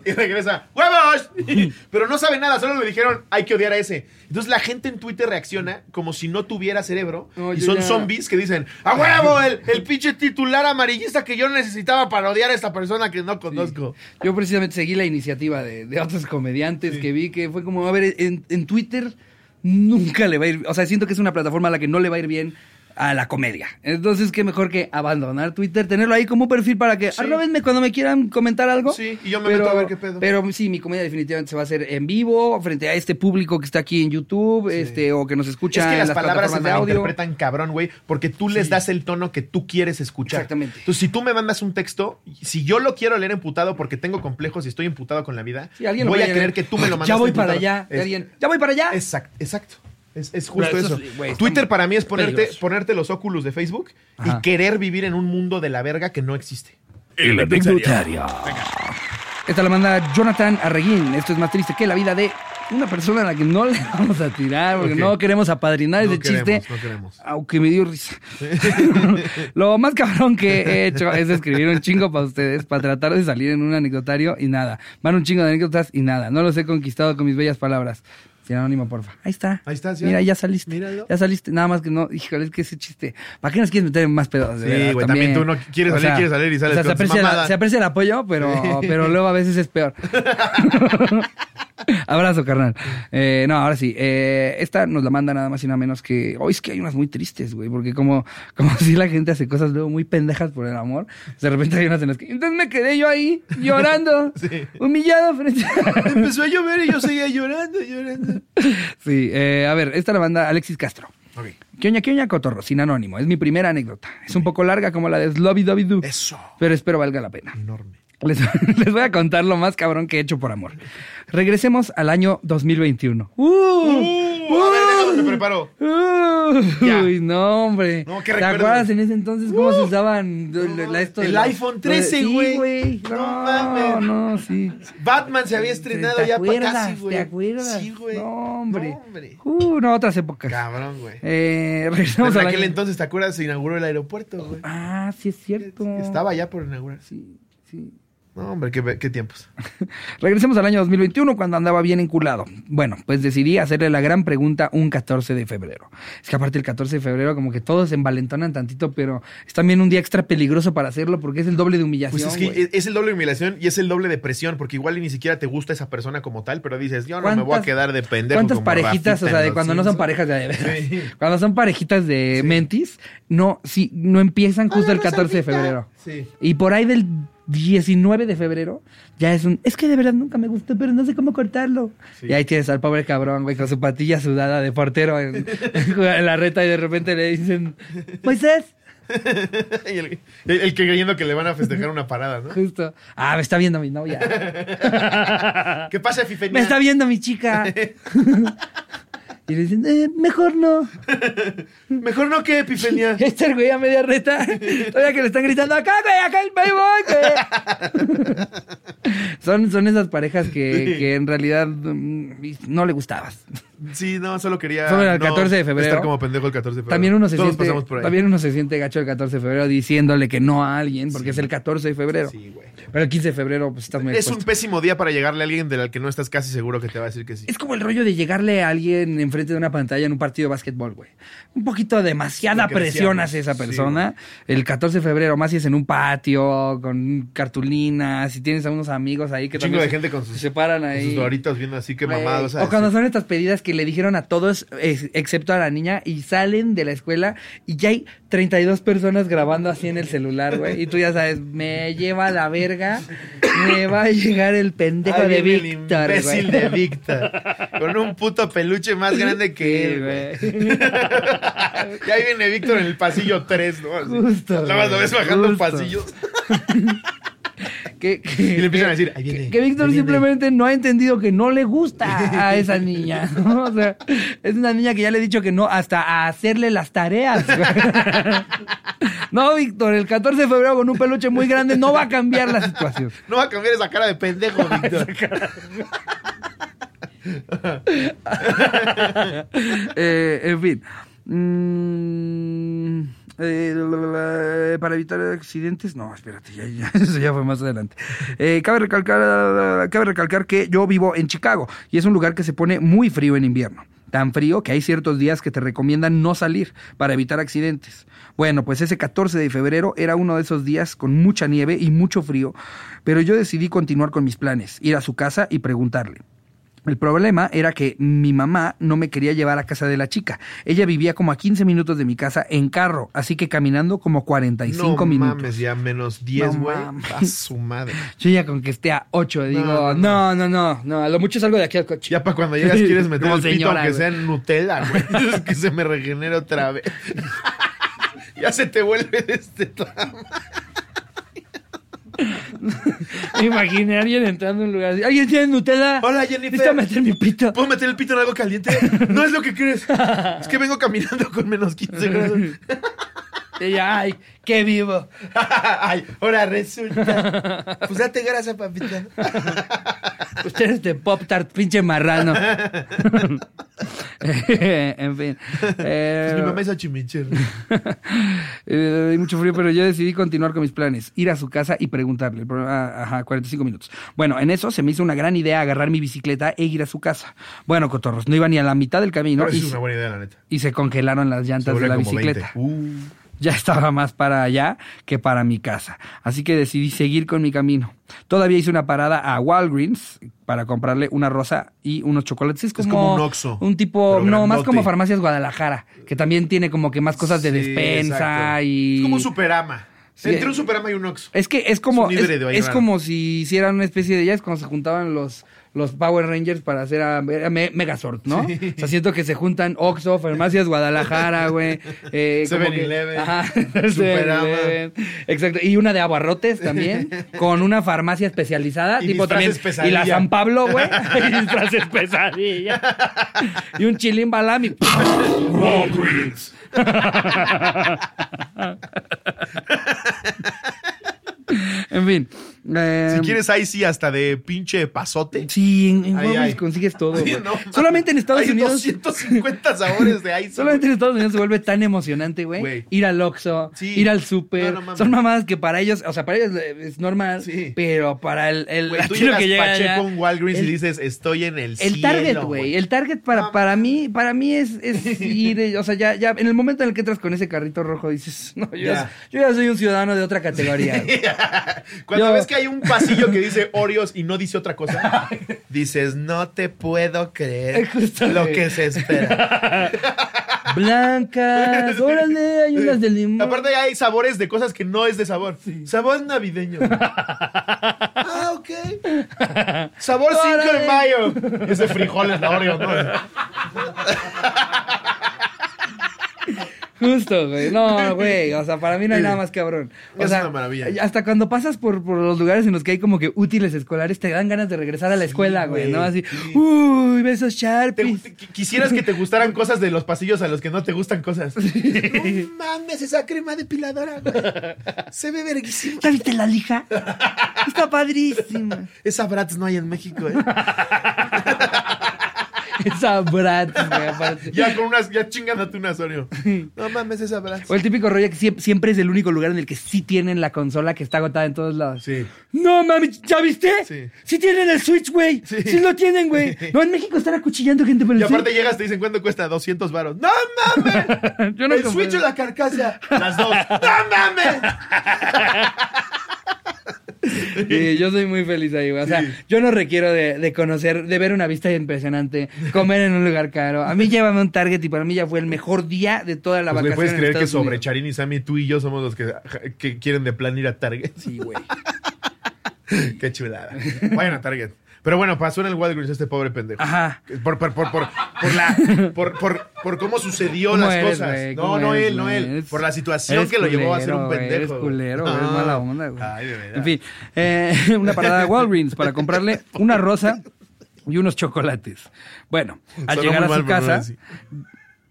y regresa, ¡Huevos! Pero no sabe nada, solo le dijeron, hay que odiar a ese. Entonces la gente en Twitter reacciona como si no tuviera cerebro. No, y yo son ya- zombies que dicen, ¡A huevo! El, el pinche titular amarillista que yo necesitaba para odiar a esta persona que no conozco. Yo precisamente seguí la iniciativa de, de otros comediantes que vi que fue como, a ver, en, en Twitter nunca le va a ir, o sea, siento que es una plataforma a la que no le va a ir bien a la comedia. Entonces, qué mejor que abandonar Twitter, tenerlo ahí como un perfil para que Sí. arrobenme cuando me quieran comentar algo. Sí, y yo me meto a ver qué pedo. Pero sí, mi comedia definitivamente se va a hacer en vivo, frente a este público que está aquí en YouTube, este, o que nos escucha es que en las, las palabras se plataformas de audio. malinterpretan cabrón, güey, porque tú les das el tono que tú quieres escuchar. Exactamente. Entonces, si tú me mandas un texto, si yo lo quiero leer emputado porque tengo complejos y estoy emputado con la vida, Sí, alguien lo voy a puede creer leer. que tú me lo mandas. Ya voy para allá. Es- alguien, ya voy para allá. Exacto, exacto. Es, es justo Pero eso. eso es- güey, está Twitter muy para mí es ponerte, peligroso. ponerte los óculos de Facebook Ajá. y querer vivir en un mundo de la verga que no existe. El anecdotario. Esta la manda Jonathan Arreguín. Esto es más triste que la vida de una persona a la que no le vamos a tirar porque Ok. no queremos apadrinar No ese queremos, chiste. no queremos. Aunque me dio risa. Lo más cabrón que he hecho es escribir un chingo para ustedes, para tratar de salir en un anecdotario y nada. Van un chingo de anécdotas y nada. No los he conquistado con mis bellas palabras. Sin anónimo, porfa. Ahí está. Ahí estás, ya. Mira, ya saliste. Míralo. Ya saliste. Nada más que no. Híjole, es que ese chiste. ¿Para qué nos quieres meter en más pedos? Sí, güey, también tú no quieres salir, quieres salir y o sea, sales se con tu aprecia, la- mamada. se aprecia el apoyo, pero, pero luego a veces es peor. Abrazo, carnal. Eh, no, ahora sí. eh, esta nos la manda nada más y nada menos que. Hoy es que hay unas muy tristes, güey, porque como, como si la gente hace cosas luego muy pendejas por el amor, de repente hay unas en las que. Entonces me quedé yo ahí llorando, humillado frente a- Empezó a llover y yo seguía llorando, llorando. Sí, eh, a ver, esta la manda Alexis Castro. ¿Qué oña, qué oña, cotorro? Sin anónimo. Es mi primera anécdota. Es un poco larga como la de Slobby Dobby Doo. Eso. Pero espero valga la pena. Enorme. Les, les voy a contar lo más cabrón que he hecho por amor. Regresemos al año 2021. ¡Uh! Uh, a ver, déjame, me preparo. ¡Uh! Ya. Uy, no, hombre. No, qué ¿Te recuerdos. acuerdas en ese entonces cómo se usaban la- la- la- esto de El la- iPhone lo de- 13, sí, güey. No, No mames. no, sí. Batman se había estrenado ¿Te ya para acuerdas? casi, güey. ¿Te acuerdas? Sí, güey. No, hombre. No, hombre. Uh, no, otras épocas. Cabrón, güey. Eh, regresamos En al aquel año- entonces, ¿te acuerdas? Se inauguró el aeropuerto, güey. Ah, sí es cierto. Estaba ya por inaugurar. Sí, sí. No, hombre, qué, qué tiempos. Regresemos al año 2021 cuando andaba bien enculado. Bueno, pues decidí hacerle la gran pregunta un 14 de febrero. Es que aparte el 14 de febrero como que todos se envalentonan tantito, pero es también un día extra peligroso para hacerlo porque es el doble de humillación. Pues es que güey. es- es el doble de humillación y es el doble de presión, porque igual y ni siquiera te gusta esa persona como tal, pero dices, yo no me voy a ¿Cuántas- quedar de pendejo. ¿Cuántas como parejitas, Rafita o sea, en de los cuando no son Simpsons? parejas de de veras? Sí. Cuando son parejitas de mentis, no, sí, no empiezan justo el 14 de febrero. Sí. Y por ahí del 19 de febrero ya es un. Es que de verdad nunca me gustó, pero no sé cómo cortarlo. Sí. Y ahí tienes al pobre cabrón, güey, con su patilla sudada de portero en, en la reta y de repente le dicen: "Pues Moisés, Y el, el- el que creyendo que le van a festejar una parada, ¿no? justo. Ah, me está viendo mi novia. ¿Qué pasa, Fifenia? Me está viendo mi chica. Y le dicen, "Eh, mejor no. Mejor no que Epifenia. Este güey a media reta. Todavía que le están gritando, acá, güey, acá el playboy, güey. son, son esas parejas que, Sí. que en realidad mm, no le gustabas. Sí, no, solo quería. Solo el no 14 de febrero. Estar como pendejo el 14 de febrero. También uno, se Todos siente, pasamos por ahí. también uno se siente gacho el 14 de febrero diciéndole que no a alguien, porque es el 14 de febrero. Sí, güey. Pero el 15 de febrero pues, estás muy Es un expuesto. pésimo día para llegarle a alguien del que no estás casi seguro que te va a decir que sí. Es como el rollo de llegarle a alguien enfrente de una pantalla en un partido de básquetbol, güey. Un poquito demasiada Lo que decíamos. presión hacia esa Sí, persona. el 14 de febrero, más si es en un patio, con cartulinas, si tienes a unos amigos ahí que Un chingo de también gente con se, sus, se paran con ahí. sus doritos viendo así que Güey, mamados. o cuando son estas pedidas que le dijeron a todos, ex- excepto a la niña, y salen de la escuela y ya hay 32 personas grabando así en el celular, güey. Y tú ya sabes, me lleva a la verga, me va a llegar el pendejo de Víctor, El güey. imbécil de Víctor. Con un puto peluche más grande que Sí, él, güey. güey. Y ahí viene Víctor en el pasillo 3, ¿no? Así. Justo, Nada más lo güey, ves bajando justo. pasillos. Que, que- Y le empiezan a decir, ahí viene. que- que Víctor ahí viene. simplemente no ha entendido que no le gusta a esa niña. ¿no? O sea, es una niña que ya le he dicho que no hasta a hacerle las tareas. güey. No, Víctor, el 14 de febrero con un peluche muy grande no va a cambiar la situación. No va a cambiar esa cara de pendejo, Víctor. Eh, en fin. Mm, eh, la, la, la, para evitar accidentes, no, espérate, ya, ya, eso ya fue más adelante. Eh, cabe, recalcar, eh, cabe recalcar que yo vivo en Chicago y es un lugar que se pone muy frío en invierno. Tan frío que hay ciertos días que te recomiendan no salir para evitar accidentes. Bueno, pues ese 14 de febrero era uno de esos días con mucha nieve y mucho frío, pero yo decidí continuar con mis planes, ir a su casa y preguntarle. El problema era que mi mamá no me quería llevar a casa de la chica. Ella vivía como a 15 minutos de mi casa en carro, así que caminando como 45 no minutos. mames, ya menos 10, No güey. mames. a su madre. Yo ya con que esté a 8 digo, no, no, no, no, no, A lo mucho salgo de aquí al coche. Ya para cuando llegas quieres meter Como el pito señora, aunque güey. sea en Nutella, güey. Es que se me regenera otra vez. ya se te vuelve de este tamaño. Me imaginé a alguien entrando a un lugar así. ¿Alguien tiene Nutella? Hola, Jennifer. Necesito meter mi pito. ¿Puedo meter el pito en algo caliente? No es lo que crees. Es que vengo caminando con menos 15 grados. Y ella, ay, qué vivo. Ay, ahora resulta. Pues date grasa, papita. Ustedes de Pop Tart, pinche marrano. en fin. Eh, Pues mi mamá hizo chimichurri. Eh, hay mucho frío, pero yo decidí continuar con mis planes, ir a su casa y preguntarle. El problema- ah, Ajá, 45 minutos. Bueno, en eso se me hizo una gran idea agarrar mi bicicleta e ir a su casa. Bueno, cotorros, no iba ni a la mitad del camino Pero y, es una buena idea, la neta. y se congelaron las Se llantas de vuelve la como bicicleta. 20. Uh. Ya estaba más para allá que para mi casa, así que decidí seguir con mi camino. Todavía hice una parada a Walgreens para comprarle una rosa y unos chocolates. Es como, como un Oxxo, Un tipo, pero no, más grandote. como Farmacias Guadalajara, que también tiene como que más cosas de Sí, despensa exacto. y... Es como un superama. Sí. Entre un superama y un oxo. Es que es como. Es Es, un híbrido ahí es raro. como si hicieran una especie de. Ya es cuando se juntaban los, los Power Rangers para hacer a, a Me- Megazord, ¿no? O sea, siento que se juntan Oxxo, Farmacias Guadalajara, güey. Eh, como que- 7-Eleven, Ajá, Superama. 7-Eleven. Exacto. Y una de abarrotes también. Con una farmacia especializada. Y tipo también. disfraces Y la pesadilla. San Pablo, güey. y disfraces pesadilla. y un chilín balami. Walgreens. en fin. Si em, quieres, ahí sí, hasta de pinche pasote. Sí, en, en Ay, Walgreens ay. consigues todo. Sí, güey. no, mames. Solamente en Estados Hay Unidos. 250 sabores de ice. Solamente en Estados Unidos se vuelve tan emocionante, güey. Güey. Ir al Oxxo, Sí. ir al súper. No, no mames. Son mamadas que para ellos, o sea, para ellos es normal, Sí. pero para el, el Güey, tú latino llegas que llega Pacheco allá, a un Walgreens el- y dices, estoy en el, el cielo, target, güey. El target para, No, para mí, para mí es, es ir, eh, o sea, ya, ya, en el momento en el que entras con ese carrito rojo, dices, no, yo, ya, Ya. yo ya soy un ciudadano de otra categoría. güey. Cuando Yo- ves que hay un pasillo que dice Oreos y no dice otra cosa, dices, no te puedo creer Justo, lo güey. que se espera. Blancas, órale, hay unas de limón. Aparte hay sabores de cosas que no es de sabor. Sabor navideño. güey. ah, ok. Sabor cinco de Órale. mayo. Y Es de frijoles la Oreo, ¿no? Justo, güey. No, güey. O sea, para mí no hay Sí. nada más cabrón. O Es sea, una maravilla. Hasta cuando pasas por, por los lugares en los que hay como que útiles escolares, te dan ganas de regresar a la escuela, güey. güey, ¿No? Así, sí. uy, besos Te- Sharpies. te- qui- quisieras que te gustaran cosas de los pasillos a los que no te gustan cosas. No mames, esa crema depiladora, güey. Se ve verguísima. ¿Ya viste la lija? Está padrísima. Esa Bratz no hay en México, ¿eh? Esa brat, güey, aparte. Ya con unas, ya chingándote unas Oreo. No mames, esa Bratz. O el típico rollo que siempre, siempre es el único lugar en el que sí tienen la consola que está agotada en todos lados. Sí. No mami, ¿ya viste? Sí. Sí. tienen el Switch, güey. Sí. Sí. lo tienen, güey. No, en México están acuchillando gente por el Y aparte Switch. llegas, te dicen cuánto cuesta 200 varos. ¡No mames! Yo no ¿El compré. Switch o la carcasa? Las dos. ¡No mames! Sí, yo soy muy feliz ahí, güey. O sea, yo no requiero de, de conocer, de ver una vista impresionante, comer en un lugar caro. A mí llévame a un Target y para mí ya fue el mejor día de toda la Pues vacación. le puedes en creer que Estados sobre Unidos. Charín y Sammy, tú y yo somos los que, que quieren de plan ir a Target. Sí, güey. Qué chulada. Vayan a Target. Pero bueno, pasó en el Walgreens este pobre pendejo. Ajá. Por, por, por, por, por la, por, por, por cómo sucedió ¿Cómo las eres, cosas. güey? No, ¿Cómo no eres, él, no güey? él. Eres- Por la situación eres que lo llevó a ser un culero, güey, pendejo. Eres güey. culero, güey, No. eres mala onda, güey. Ay, de verdad. En fin, eh, una parada de Walgreens para comprarle una rosa y unos chocolates. Bueno, al Sonó llegar a muy su mal, pero no casa, así.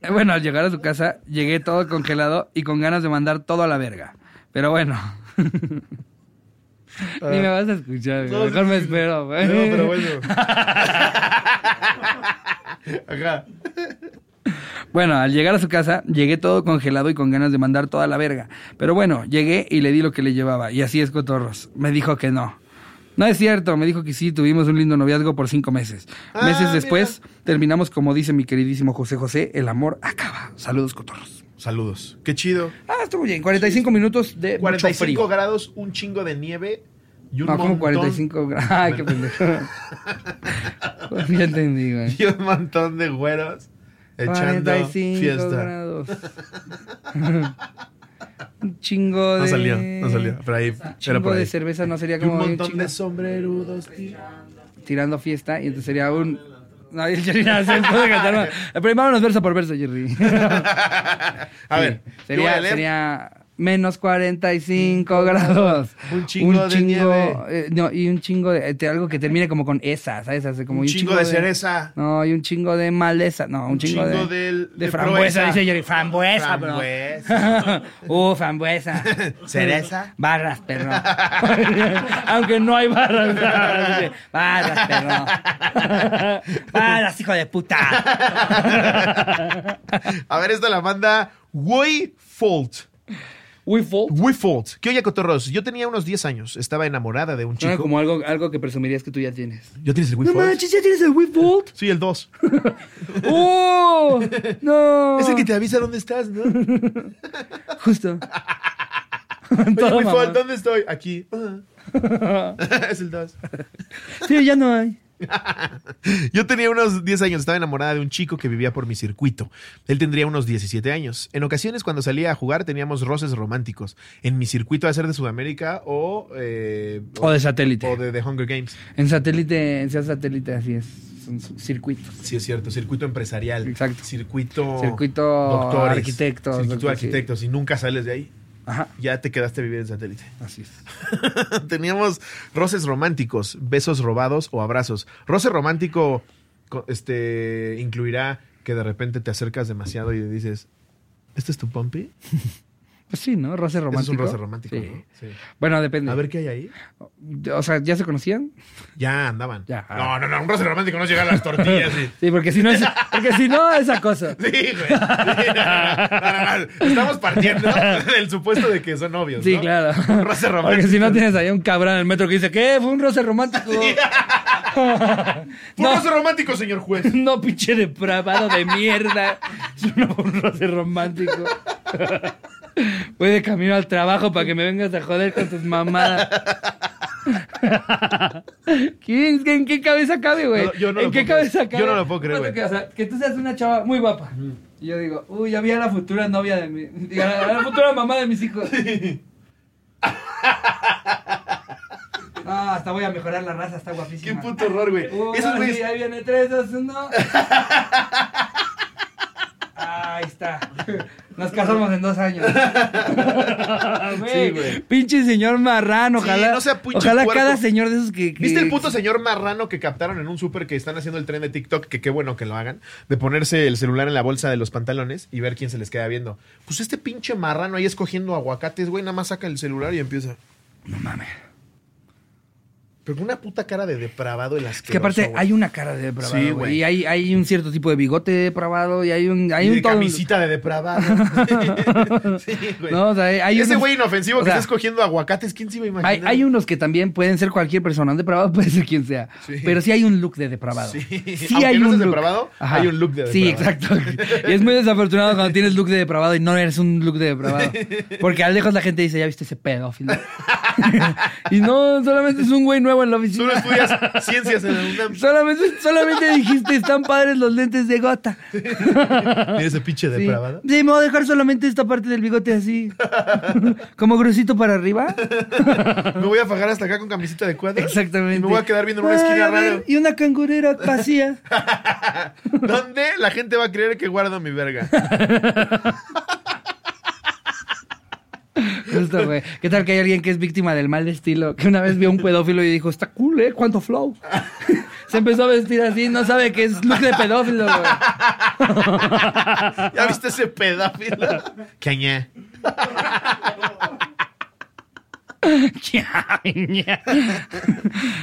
Eh, Bueno, al llegar a su casa, llegué todo congelado y con ganas de mandar todo a la verga. Pero bueno. Ni me vas a escuchar, güey. Ah. No, mejor sí, me sí. espero, güey. No, pero bueno. Ajá. Bueno, al llegar a su casa, llegué todo congelado y con ganas de mandar toda la verga. Pero bueno, llegué y le di lo que le llevaba. Y así es, Cotorros. Me dijo que no. No es cierto, me dijo que sí, tuvimos un lindo noviazgo por cinco meses. Ah, meses mira. después, terminamos como dice mi queridísimo José José, el amor acaba. Saludos, Cotorros. Saludos. Qué chido. Ah, estuvo bien, 45 minutos de 45 mucho frío. 45 grados, un chingo de nieve y un No, como montón- 45 grados. Ay, qué pendejo. Pues ya entendí, güey. Y un montón de güeros echando 45 fiesta. grados. un chingo de... No salió, no salió. Pero ahí Un era chingo por de ahí. cerveza no sería Y un como... montón chingo- de sombrerudos, tío. tirando fiesta y entonces sería un... No, el Jerry no se puede cantar más. Pero vámonos verso por verso, Jerry. A ver, Sí. yo voy a sería, leer. sería menos 45 grados. Un chingo de nieve. eh, no, y un chingo de, de algo que termine como con esa, ¿sabes? Así como un chingo, de cereza. No, y un chingo de maleza. No, un, chingo, de. del- de de Pues frambuesa, proeza. dice Jerry. Frambuesa, bro. Frambuesa. uh, frambuesa. Cereza. Barras, perro. Aunque no hay barras. barras, dice, barras, perro. barras, hijo de puta. A ver, esta la manda Wayfold. We fall. Wayfold. ¿Qué oye, Cotorros? Yo tenía unos 10 años. Estaba enamorada de un Suena chico. como algo, algo que presumirías que tú ya tienes. ¿Ya tienes el No Wayfold? manches, ya tienes el Wii Vault. Sí, el 2. ¡Oh! ¡No! Es el que te avisa dónde estás, ¿no? Oye, Justo. Todo mamón. Wayfold, ¿dónde estoy? Aquí. Ah. es el 2. Sí, ya no hay. Yo tenía unos 10 años, estaba enamorada de un chico que vivía por mi circuito. Él tendría unos 17 años. En ocasiones cuando salía a jugar teníamos roces románticos. En mi circuito a ser de Sudamérica o, eh, O de o satélite. de The Hunger Games. En satélite, en Ciudad satélite, así es. Son su- circuitos. Sí, es cierto, circuito empresarial. Exacto. Circuito, Circuito doctores, arquitectos, Circuito doctor, sí. arquitectos. Y nunca sales de ahí. Ajá, Ya te quedaste a vivir en satélite. así es. Teníamos roces románticos, besos robados o abrazos. Roce romántico co- este, incluirá que de repente te acercas demasiado y le dices, ¿este es tu pompi? Pues sí, ¿no? Roce Ese romántico. Es un roce romántico. Sí. ¿no? Sí. Bueno, depende. A ver qué hay ahí. O sea, ¿ya se conocían? Ya andaban. Ya. No, no, no, un roce romántico no llega a las tortillas. sí. Sí, porque si no es, porque si no es acoso. Sí, güey. Sí, no, no, no, no. Estamos partiendo del supuesto de que son novios. Sí, ¿no? claro. Un roce romántico. Porque si no tienes ahí un cabrón en el metro que dice, ¿qué? Fue un roce romántico. Un roce romántico, señor juez. No, pinche depravado de mierda. Es un roce romántico. Voy de camino al trabajo para que me vengas a joder con tus mamadas. ¿Quién- qué- ¿En qué cabeza cabe, güey? No, yo no ¿En lo qué puedo cabeza creer. cabe? Yo no lo puedo creer, güey. Que, o sea, que tú seas una chava muy guapa. Y yo digo, uy, ya vi a la futura novia de mi... digo, A la, a la futura mamá de mis hijos. Ah, hasta voy a mejorar la raza, está Qué guapísima. puto horror, güey. Uy, Esos ahora güeyes sí, ahí viene 3, 2, 1. Ahí está. Nos casamos en dos años. Sí, güey. Pinche señor marrano, Sí, ojalá. no sea pinche ojalá puerco. cada señor de esos que. que- ¿Viste el puto señor marrano que captaron en un súper que están haciendo el tren de TikTok? Que qué bueno que lo hagan. De ponerse el celular en la bolsa de los pantalones y ver quién se les queda viendo. Pues este pinche marrano ahí escogiendo aguacates, güey, nada más saca el celular y empieza. No mames. Pero con una puta cara de depravado el asqueroso. Es que aparte güey. hay una cara de depravado. Sí, güey. güey. Y hay, hay un cierto tipo de bigote depravado y hay un. Hay Y un de todo- camisita de depravado. sí, güey. No, o sea, hay- hay Ese unos- güey inofensivo o que sea, está escogiendo aguacates, ¿quién se iba a imaginar? Hay, hay unos que también pueden ser cualquier persona, un depravado puede ser quien sea, Sí. pero sí hay un look de depravado. Sí. Sí Aunque hay no un seas look. depravado, hay un look de Sí, exacto. depravado. Y es muy desafortunado cuando tienes look de depravado y no eres un look de depravado. Porque al lejos la gente dice, ya viste ese pedófilo. y no, solamente es un güey nuevo en la Tú no oficina. estudias ciencias en la UNAM. Solamente, solamente dijiste, están padres los lentes de gota. Mira ese pinche Sí. depravado. Sí, me voy a dejar solamente esta parte del bigote así, como gruesito para arriba. Me voy a fajar hasta acá con camiseta de cuadro. Exactamente. ¿Eh? Y me voy a quedar viendo en una esquina Ay, a ver, rara. Y una cangurera vacía. ¿Dónde la gente va a creer que guardo mi verga? Justo, güey. ¿Qué tal que hay alguien que es víctima del mal estilo? Que una vez vio a un pedófilo y dijo, está cool, ¿eh? ¿Cuánto flow? Se empezó a vestir así, no sabe que es look de pedófilo, güey. ¿Ya viste ese pedófilo? Caña.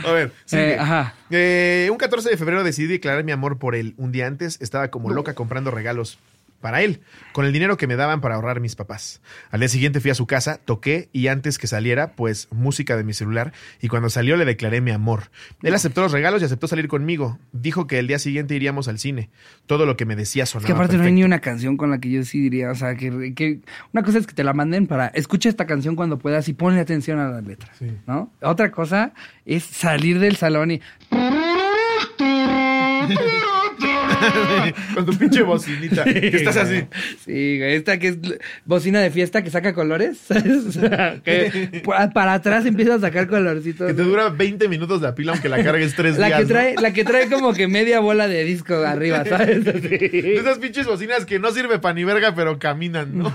A ver, sigue. Eh, ajá. Eh, un 14 de febrero decidí declarar mi amor por él. Un día antes estaba como loca comprando regalos para él, con el dinero que me daban para ahorrar mis papás. Al día siguiente fui a su casa, toqué y antes que saliera, pues música de mi celular y cuando salió le declaré mi amor. Él aceptó los regalos y aceptó salir conmigo. Dijo que el día siguiente iríamos al cine. Todo lo que me decía Es sonaba que aparte no hay perfecto. ni una canción con la que yo sí diría, o sea, que, que- una cosa es que te la manden para escucha esta canción cuando puedas y ponle atención a las letras, ¿no? Otra cosa es salir del salón y Con tu pinche bocinita. que estás así. Sí, güey. Esta que es bocina de fiesta que saca colores. ¿sabes? O sea, que pa- para atrás empieza a sacar colorcitos. Que te dura 20 minutos la pila aunque la cargues tres La días. que ¿no? trae, la que trae como que media bola de disco arriba, ¿sabes? De Así. Esas pinches bocinas que no sirve pa' ni verga, pero caminan, ¿no?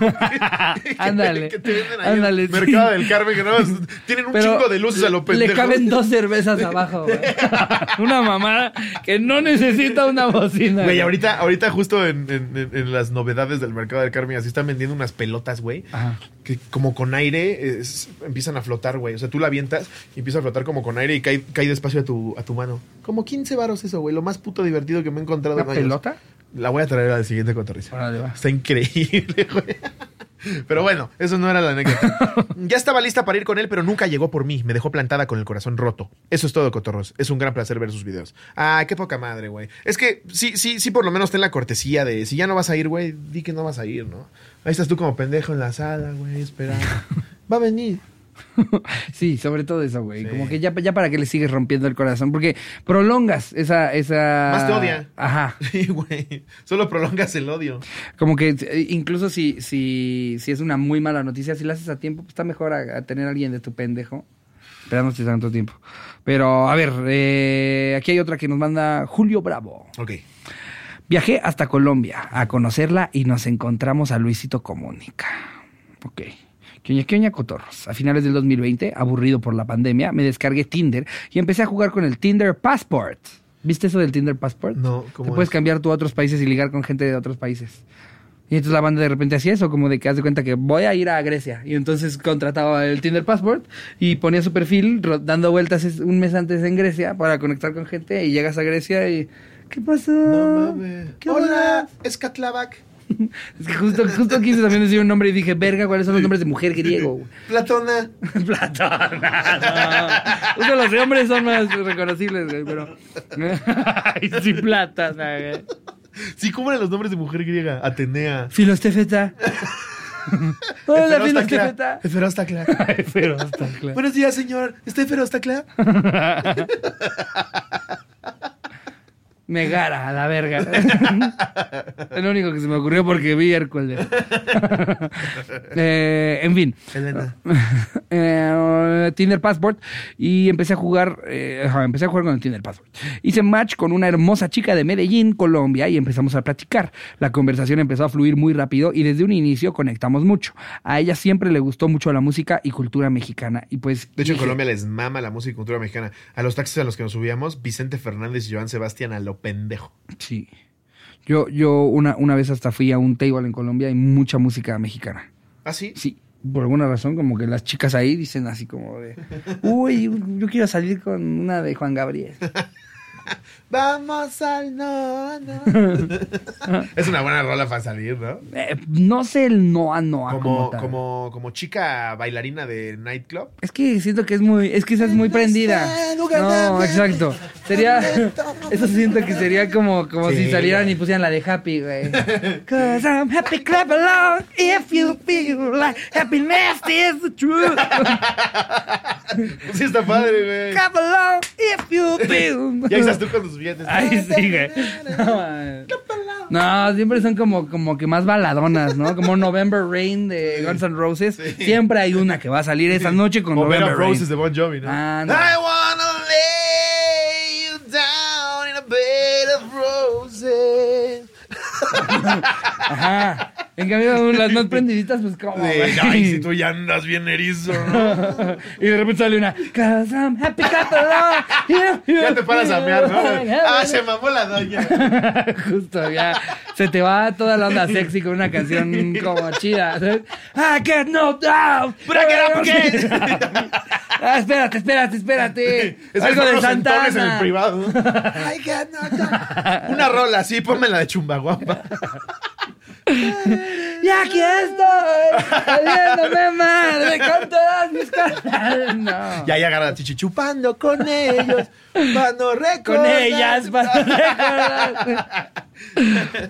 Ándale. que te venden ahí Ándale, en sí. Mercado del Carmen, que nada más tienen un chingo de luces a lo pendejo. Le caben dos cervezas abajo, güey. Una mamada que no necesita una bocina. Güey, güey. ahorita, ahorita justo en, en- en- en las novedades del mercado del Carmen, así están vendiendo unas pelotas, güey, Ajá. que como con aire es- empiezan a flotar, güey. O sea, tú la avientas y empieza a flotar como con aire y cae, cae despacio a tu, a tu mano. Como 15 varos eso, güey. Lo más puto divertido que me he encontrado. ¿Una en años. pelota? La voy a traer al siguiente cotorriza. Órale, va. Está increíble, güey. Pero bueno, eso no era la anécdota. Ya estaba lista para ir con él, pero nunca llegó por mí. Me dejó plantada con el corazón roto. Eso es todo, cotorros. Es un gran placer ver sus videos. Ah, qué poca madre, güey. Es que sí, sí, sí, por lo menos ten la cortesía de si ya no vas a ir, güey, di que no vas a ir, ¿no? Ahí estás tú como pendejo en la sala, güey, esperando. Va a venir. Sí, sobre todo eso, güey. Sí. Como que ya, ya para que le sigues rompiendo el corazón. Porque prolongas esa, esa. Más te odia. Ajá. Sí, güey. Solo prolongas el odio. Como que eh, incluso si, si, si es una muy mala noticia, si la haces a tiempo, pues está mejor a, a tener a alguien de tu pendejo. Esperándote tanto tiempo. Pero, a ver, eh, aquí hay otra que nos manda Julio Bravo. Ok. Viajé hasta Colombia a conocerla y nos encontramos a Luisito Comunica. Ok. ¿Qué oña, qué oña, cotorros? A finales del 2020, aburrido por la pandemia, me descargué Tinder y empecé a jugar con el Tinder Passport. ¿Viste eso del Tinder Passport? No, ¿cómo Te puedes es? cambiar tú a otros países y ligar con gente de otros países. Y entonces la banda de repente hacía eso, como de que haz de cuenta que voy a ir a Grecia. Y entonces contrataba el Tinder Passport y ponía su perfil ro- dando vueltas es- un mes antes en Grecia para conectar con gente y llegas a Grecia y... ¿Qué pasó? No mames. ¿Qué Hola, onda? es Katlavac. Es que justo, justo quise también decir un nombre y dije, verga, ¿cuáles son los nombres de mujer griego? Platona. Platón. No. Uno de los hombres son más reconocibles, güey, pero... Ay, sí, plata. güey. Sí, ¿cómo eran los nombres de mujer griega? Atenea. Filostefeta. Hola, Filostefeta. Ferostacla. Pero está claro. Buenos días, señor. ¿Estoy Ferostacla? Megara, a la verga. es lo único que se me ocurrió porque vi Hércules. Eh, en fin. Elena. Eh, Tinder Passport y empecé a jugar eh, ajá, empecé a jugar con el Tinder Passport hice match con una hermosa chica de Medellín Colombia y empezamos a platicar la conversación empezó a fluir muy rápido y desde un inicio conectamos mucho a ella siempre le gustó mucho la música y cultura mexicana y pues De hecho, en dije, Colombia les mama la música y cultura mexicana. A los taxis a los que nos subíamos, Vicente Fernández y Joan Sebastián a lo pendejo. sí yo yo una, una vez hasta fui a un table en Colombia y mucha música mexicana ¿Ah, sí? Sí, por alguna razón, como que las chicas ahí dicen así como de, uy, yo quiero salir con una de Juan Gabriel. Vamos al no, no. es una buena rola para salir, ¿no? Eh, no sé el Noa Noa Ah, como, Como, tal. como, como chica bailarina de nightclub. Es que siento que es muy, es que esa es muy prendida. No, exacto. Sería, eso siento que sería como, como Sí, si salieran güey. y pusieran la de Happy, güey. Cause I'm happy, clap along if you feel like happiness is the truth. Sí, está padre, güey. Clap along if you feel. Y ahí estás tú con tus billetes. Ay, sí, güey. No, man. No, siempre son como, como que más baladonas, ¿no? Como November Rain de Guns N' Roses. Siempre hay una que va a salir esa noche con O Bed November of Rain. Roses de Bon Jovi, ¿no? Ah, no. I wanna lay you down in a bed of roses. Ajá. En cambio, las más prendiditas, pues como. Sí, ay, si tú ya andas bien erizo, ¿no? y de repente sale una. Cause I'm happy, clap along, if you Ya te paras a mear, ¿no? feel like Ah, se mamó la doña. Justo, ya. Se te va toda la onda sexy con una canción como chida. ¿sabes? I get no doubt. Break it up again. Ah, espérate, espérate, espérate. Es Algo de Santa santones en el Ana. privado. Ay, que Una rola así, ponme la de Chumbaguampa. Y aquí estoy, saliéndome madre con todas mis cosas. No. Y ahí agarra la chichi chupando con ellos. Cuando recordar. Con ellas, para recordar.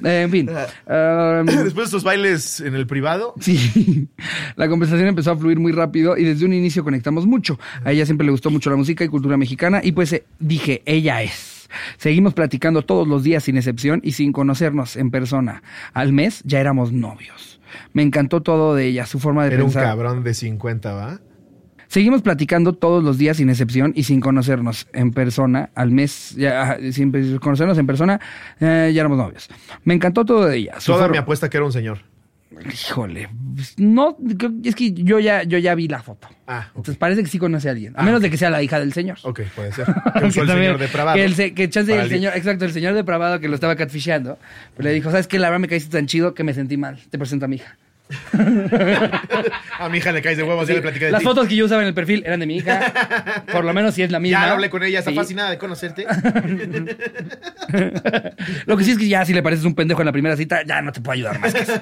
Eh, En fin. um, Después de estos bailes en el privado, Sí, la conversación empezó a fluir muy rápido y desde un inicio conectamos mucho. A ella siempre le gustó mucho la música y cultura mexicana y pues eh, dije, ella es. años. Seguimos platicando todos los días sin excepción y sin conocernos en persona. Al mes ya éramos novios. Me encantó todo de ella, su forma de Era un pensar. cabrón de 50, ¿va? Seguimos platicando todos los días sin excepción y sin conocernos en persona. Al mes, ya, ajá, sin pe- conocernos en persona, eh, ya éramos novios. Me encantó todo de ella. su Toda forma- mi apuesta que era un señor. Híjole, pues, no, creo- es que yo ya, yo ya vi la foto. Ah, ok, Entonces parece que sí conoce a alguien, a Ah, menos de que sea la hija del señor. ok, puede ser. Que usó el también- señor depravado. Que, el, se- que chance Para el li- señor, exacto, el señor depravado que lo estaba catfishando, pues, le dijo, ¿sabes qué? La verdad me caíste tan chido que me sentí mal. Te presento a mi hija. A mi hija le caes de huevos, ya le platicé de Las ti. fotos que yo usaba en el perfil eran de mi hija. Por lo menos si es la misma. Ya hablé con ella, está Sí. fascinada de conocerte. Lo que sí es que ya si le pareces un pendejo en la primera cita, ya no te puedo ayudar más que eso.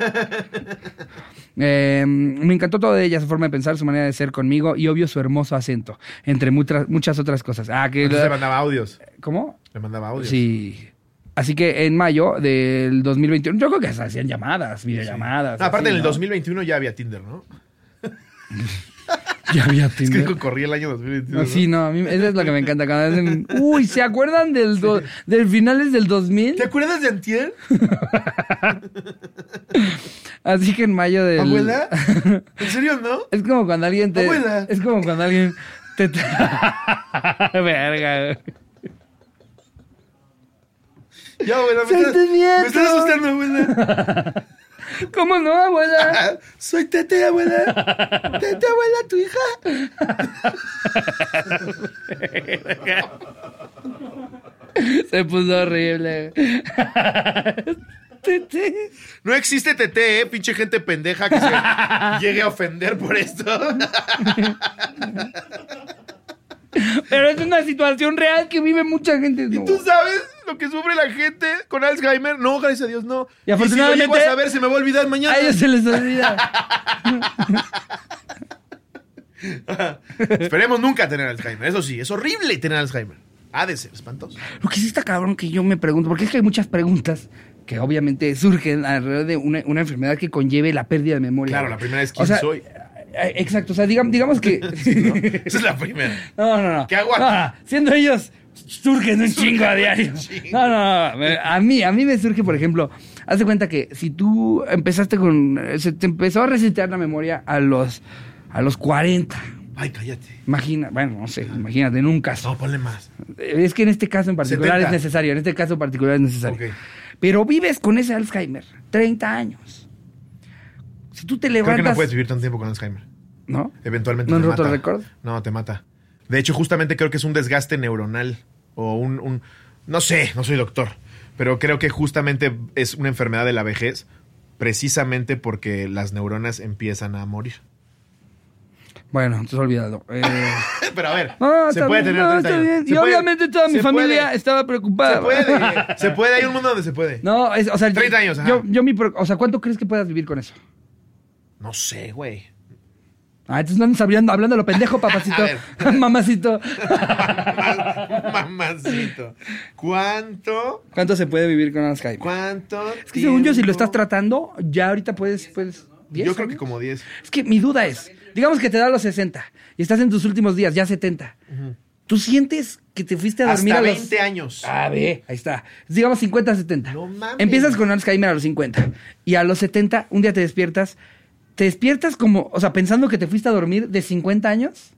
Eh, me encantó todo de ella, su forma de pensar, su manera de ser conmigo y obvio su hermoso acento, entre mutra- muchas otras cosas. Ah, que... Entonces le mandaba audios. ¿Cómo? Le mandaba audios. Sí. Así que en mayo del 2021, yo creo que se hacían llamadas, videollamadas. No, aparte, así, en el ¿no? 2021 ya había Tinder, ¿no? Ya había Es que Tinder. corrí el año 2021. No, Ah, sí, no, a mí eso es lo que me encanta. Cuando hacen, uy, ¿se acuerdan del, do- del finales del 2000? ¿Te acuerdas de Antier? Así que en mayo del... ¿Abuela? ¿En serio no? Es como cuando alguien te. Abuela. Es como cuando alguien te. Verga, güey. Ya, abuela, me Soy estás, tu nieto. me estás asustando, abuela. ¿Cómo no, abuela? Ah, Soy Tete, abuela. Tete, abuela, tu hija. Se puso horrible. güey. Tete. No existe Tete, ¿eh? Pinche gente pendeja que se llegue a ofender por esto. Pero es una situación real que vive mucha gente. No. ¿Tú sabes lo que sufre la gente con Alzheimer? No, gracias a Dios, Y no. si lo llego afortunadamente- a saber, se me va a olvidar mañana. A ellos se les olvida. Esperemos nunca tener Alzheimer. Eso sí, es horrible tener Alzheimer. Ha de ser espantoso. Lo que sí está cabrón que yo me pregunto, porque es que hay muchas preguntas que obviamente surgen alrededor de una, una enfermedad que conlleve la pérdida de memoria. Claro, güey. la primera es O quién sea, soy. eh, Exacto, o sea, digamos, digamos que... Esa es la primera. No, no, no. ¿Qué hago aquí? Ah, siendo ellos, surgen un chingo a diario. chingo. No, no, no. Me- A mí, a mí me surge, por ejemplo, haz de cuenta que si tú empezaste con. eh, Se te empezó a resetear la memoria a los, a los 40. Ay, cállate. Imagina, bueno, no sé, imagínate, en un caso. No, ponle más. Eh, Es que en este caso en particular 70. es necesario, en este caso en particular es necesario. Ok. Pero vives con ese Alzheimer, 30 años. Si tú te Creo levantas. que no puedes vivir tanto tiempo con Alzheimer. ¿no? Eventualmente ¿No te han roto mata. récord? No, te mata. De hecho, justamente creo que es un desgaste neuronal o un, un- no sé, no soy doctor, pero creo que justamente es una enfermedad de la vejez precisamente porque las neuronas empiezan a morir. Bueno, entonces olvídalo. Eh. Pero a ver, No, se Ah, está puede bien, tener no, 30 está años. bien. Se Y puede, obviamente toda mi se puede, familia estaba preocupada. Se puede, se puede, hay un mundo donde se puede. No, No, es- o sea, 30 años, ajá. yo, yo mi pro- o sea, ¿cuánto crees que puedas vivir con eso? sé, güey. Ah, entonces no andas hablando, hablando a lo pendejo, papacito, mamacito. Mamacito. ¿Cuánto? ¿Cuánto se puede vivir con Alzheimer? ¿Cuánto? Es que según yo, si lo estás tratando, ya ahorita puedes, puedes. ¿diez Yo creo que años? como 10. Es que mi duda es, digamos que te da los 60 y estás en tus últimos días, ya 70. ¿Tú sientes que te fuiste a dormir Hasta a los Ah. 20 años. A ver, ahí está. Digamos 50, 70. No mames. Empiezas con Alzheimer a los 50. Y a los 70, un día te despiertas. Te despiertas como, o sea, pensando que te fuiste a dormir de 50 años.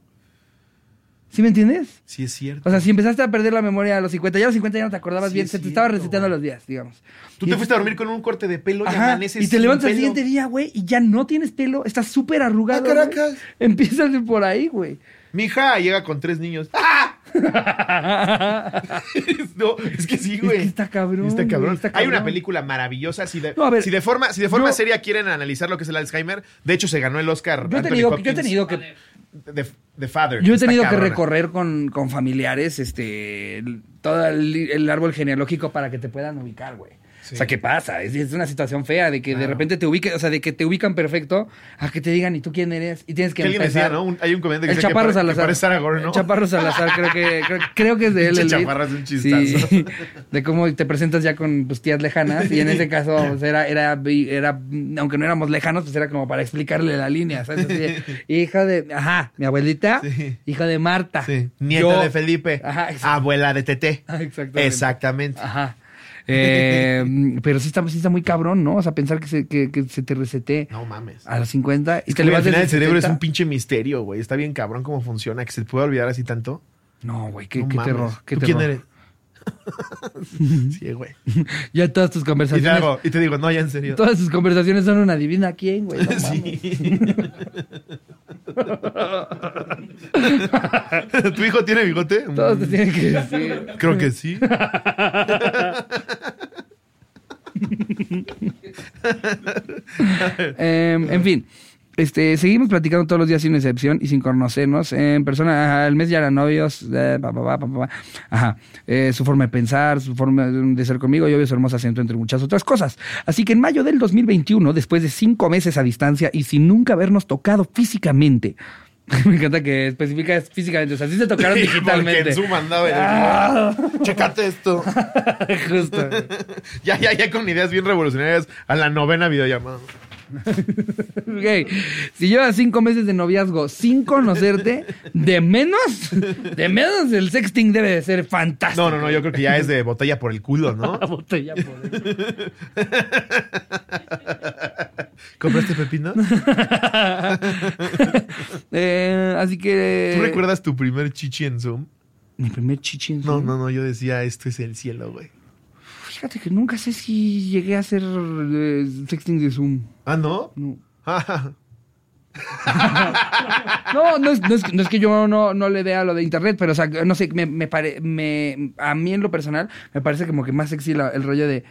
¿Sí me entiendes? Sí, es cierto. O sea, si empezaste a perder la memoria a los 50, ya a los 50 ya no te acordabas Sí, bien, es se te cierto, estaba reseteando güey. los días, digamos. Tú Y- te fuiste a dormir con un corte de pelo y Ajá, amaneces. y te sin levantas el pelo. siguiente día, güey, y ya no tienes pelo, estás súper arrugado. Ah, caracas. güey. Empiezas de por ahí, güey. Mi hija llega con tres niños. ¡Ah! no, es que sí, Es güey. que está cabrón, Está güey, cabrón. está Hay una cabrón. película maravillosa. Si de, No, a ver, si de forma, si de forma yo- seria quieren analizar lo que es el Alzheimer, de hecho se ganó el Oscar. Yo he Anthony tenido, yo he Hopkins. tenido que. The, The Father. Yo he Está tenido que cabrona. recorrer con, con familiares este el- todo el, el árbol genealógico para que te puedan ubicar, güey. Sí. O sea, ¿qué pasa? Es, es una situación fea de que de repente te ubiquen, o sea, de que te ubican perfecto a que te digan, ¿y tú quién eres? Y tienes que Que alguien decía, empezar. ¿no? Un- hay un comediante que El decía que Chaparro pare- que Salazar. parece Sarah Gore, ¿no? El Chaparro Salazar, creo que, creo, creo que es de él. Pinche El beat. chaparro es un chistazo. Sí, de cómo te presentas ya con pues, tías lejanas. Y en ese caso, pues, era, era, vi- era, aunque no éramos lejanos, pues era como para explicarle la línea, ¿sabes? Así de, hija de, ajá, mi abuelita, Sí. hija de Marta. Sí. Nieta yo- de Felipe. Ajá, exacto. abuela de Tete. Ah, exactamente. Ah. Exactamente. Ajá. Eh, pero sí está, sí está muy cabrón, ¿no? O sea, pensar que se, que, que se te resete No mames. a los 50 y Es te que al levantas final de el cerebro es 70. un pinche misterio, güey. Está bien cabrón cómo funciona, que se te puede olvidar así tanto. No, güey, qué, No qué mames. terror. Qué ¿Tú terror. quién eres? sí, güey. Ya todas tus Y te, conversaciones. hago- y te digo, no, ya en serio. Todas sus conversaciones son una divina quién, güey. No mames. Sí. ¿Tu hijo tiene bigote? Todos te Mm, tienen que decir. Creo que sí. Eh, en fin, este, seguimos platicando todos los días sin excepción y sin conocernos. En persona, ajá, el mes ya eran novios. eh, pa, pa, pa, pa, pa, pa. Ajá. Eh, su forma de pensar, su forma de ser conmigo y obvio su hermoso acento, entre muchas otras cosas. Así que en mayo del 2021, después de cinco meses a distancia y sin nunca habernos tocado físicamente, me encanta que especificas físicamente, o sea, sí se tocaron Porque en digitalmente. Ah. su mandaba. Checate esto. Justo. Ya, ya, ya con ideas bien revolucionarias a la novena videollamada. Güey, si llevas cinco meses de noviazgo sin conocerte, de menos, de menos el sexting debe de ser fantástico. No, no, no, yo creo que ya es de botella por el culo, ¿no? La botella, por Dios. ¿Compraste pepino? Eh, así que. ¿Tú recuerdas tu primer chichi en Zoom? Mi primer chichín. No, no, no, yo decía, esto es el cielo, güey. Fíjate que nunca sé si llegué a hacer eh, sexting de Zoom. Ah, ¿no? No. Ah, No, no es, no es que- no es que yo no, no le dé a lo de internet, pero o sea, no sé, me, me pare- me- a mí en lo personal me parece como que más sexy la- el rollo de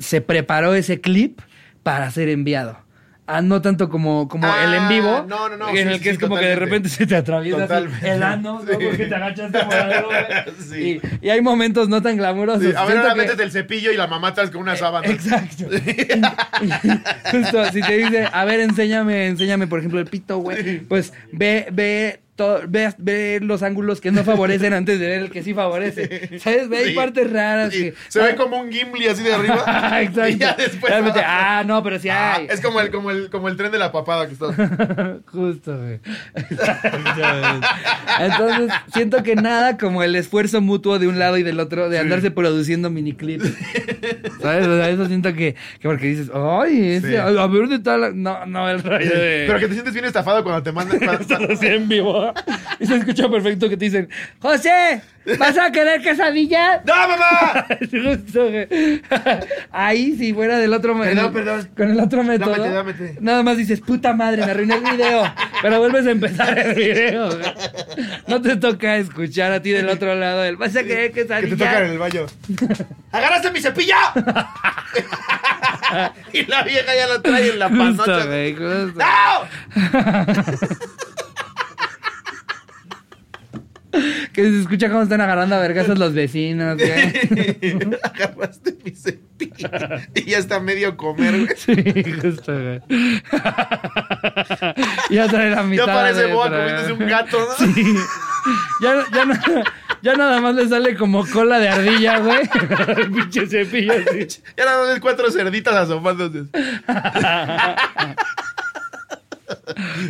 se preparó ese clip para ser enviado. Ah, no tanto como, como Ah, el en vivo, no, no, no, en sí, el sí, que es como que de totalmente. repente se te atraviesa así Totalmente. el ano, ¿no? Sí. porque te agachaste por algo, güey. y, Sí. y hay momentos no tan glamurosos. sí, a ver, Siento ahora que- Eh, métete el cepillo y la mamá atrás con una sábana. Exacto. Justo, si te dice, a ver, enséñame, enséñame, por ejemplo, el pito, güey, pues ve, ve, to- ve, ve los ángulos que no favorecen antes de ver el que sí favorece. ¿Sabes? Ve, hay Sí. partes raras. Sí, que- ah. Se ve como un Gimli así de arriba. Exacto. Y ya después. Realmente, abajo. ah, no, pero sí Ah, hay. es como el, como, el, como el tren de la papada que está. Justo, güey. Entonces, siento que nada como el esfuerzo mutuo de un lado y del otro de andarse produciendo miniclips. ¿Sabes? O sea, eso siento que, que porque dices, ay, ese, Sí. a ver de tal. No, no, el rollo de. Pero que te sientes bien estafado cuando te mandan. cuando- así en vivo. ¿ah? Y se escucha perfecto que te dicen, José, ¿vas a querer quesadilla? ¡No, mamá! Justo, güey. Ahí, si fuera del otro Perdón, el- perdón. Con el otro método. Dámete, dámete. Nada más dices, puta madre, me arruiné el video. Pero vuelves a empezar el video. güey. No te toca escuchar a ti del otro lado. El, Vas a querer Que quesadilla. te tocan en el baño. ¡Agarraste mi cepillo! y la vieja ya lo trae en la Justo, panocha. güey, justo. ¡No! Que se escucha cómo están agarrando a vergazos los vecinos. güey. Agarraste mi cepillo. Y ya está medio comer, güey. Sí, justo, güey. ya trae la Ya mitad. parece güey, boa otra comiéndose vez. un gato, ¿no? Sí. Ya, ya, na- ya nada más le sale como cola de ardilla, güey. El Pinche cepillo así. Ya nada más ves cuatro cerditas asomándose.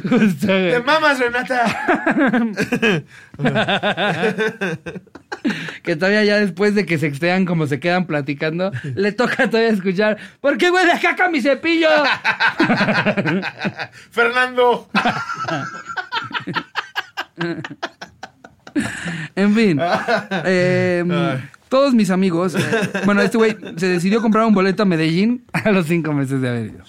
Justo, güey. ¡Te mamas, Renata! Que todavía ya después de que sextean como se quedan platicando, le toca todavía escuchar, ¿por qué huele a caca mi cepillo? ¡Fernando! Ah, En fin. Eh, todos mis amigos. eh, bueno, este güey se decidió comprar un boleto a Medellín a los cinco meses de haber ido.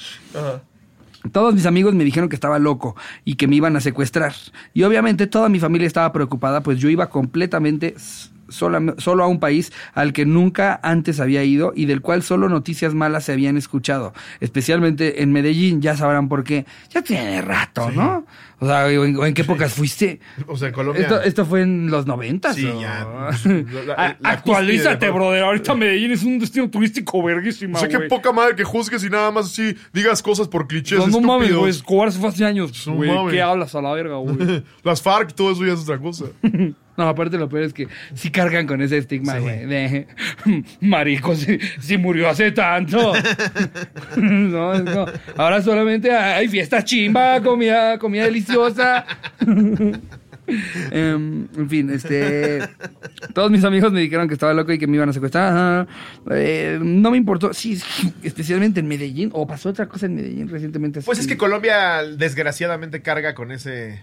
Todos mis amigos me dijeron que estaba loco y que me iban a secuestrar. Y obviamente toda mi familia estaba preocupada, pues yo iba completamente s- sola- solo a un país al que nunca antes había ido y del cual solo noticias malas se habían escuchado, especialmente en Medellín, ya sabrán por qué. Ya tiene rato, ¿no? O sea, o en, o en qué épocas fuiste? O sea, Colombia. Esto, esto fue en los noventas. Sí, ¿o? ya. Ah, La- la- la cúspide Actualízate, de- brother. Ahorita Medellín es un destino turístico verguísima, O sea, qué güey. poca madre que juzgues y nada más así digas cosas por clichés No, no mames, güey. estúpidos. Escobar se fue hace años, No güey. mames. ¿Qué hablas a la verga, güey? Las FARC, todo eso ya es otra cosa. No, aparte lo peor es que sí cargan con ese estigma, güey. de, Marico, si, si murió hace tanto. no, es como, ahora solamente hay fiesta chimba, comida, comida deliciosa. Em, en fin, este. Todos mis amigos me dijeron que estaba loco y que me iban a secuestrar. Ajá. Eh, no me importó. Sí, sí, especialmente en Medellín. O pasó otra cosa en Medellín recientemente. Pues es que Colombia desgraciadamente carga con ese.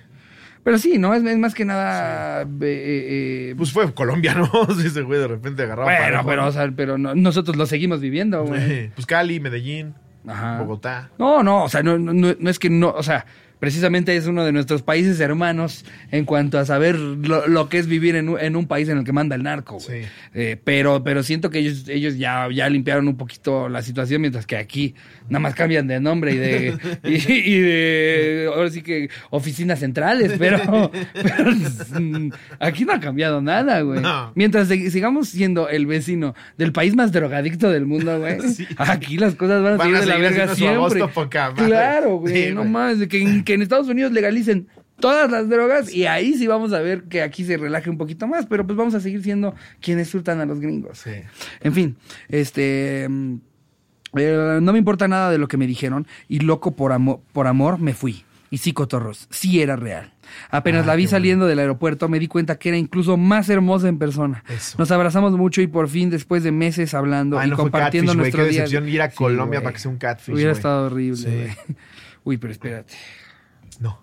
Pero sí, ¿no? Es, es más que nada. eh, eh, eh, Pues fue colombiano, ese güey de repente agarraba. bueno, parejo. pero, o sea, pero no- nosotros lo seguimos viviendo, güey. Eh, Pues Cali, Medellín, Ajá. Bogotá. No, no, o sea, no, no, no- no es que no, o sea, precisamente es uno de nuestros países hermanos en cuanto a saber lo, lo que es vivir en un, en un país en el que manda el narco, güey. Sí. Eh, pero, pero siento que ellos, ellos ya, ya limpiaron un poquito la situación, mientras que aquí nada más cambian de nombre y de, y, y de ahora sí que oficinas centrales, pero, pero, mm, aquí no ha cambiado nada, güey. No. Mientras sig- sigamos siendo el vecino del país más drogadicto del mundo, güey, Sí. aquí las cosas van a Van seguir a de la seguir verga haciendo su siempre. agosto poca madre. Claro, güey. Sí, no güey. mames, de que, en- que en Estados Unidos legalicen todas las drogas y ahí sí vamos a ver que aquí se relaje un poquito más, pero pues vamos a seguir siendo quienes surtan a los gringos. Sí. En fin, este. mm, eh, no me importa nada de lo que me dijeron y loco por, amo- por amor me fui. Y sí, cotorros, sí era real. Ah, Apenas la vi saliendo del aeropuerto, me di cuenta que era incluso más hermosa en persona. Eso. Nos abrazamos mucho y por fin, después de meses hablando Ay, y no fue compartiendo catfish, güey. nuestro Qué día. decepción ir a Sí, Colombia güey. para que sea un catfish. Hubiera güey. estado horrible, Sí. güey. Uy, pero espérate. No.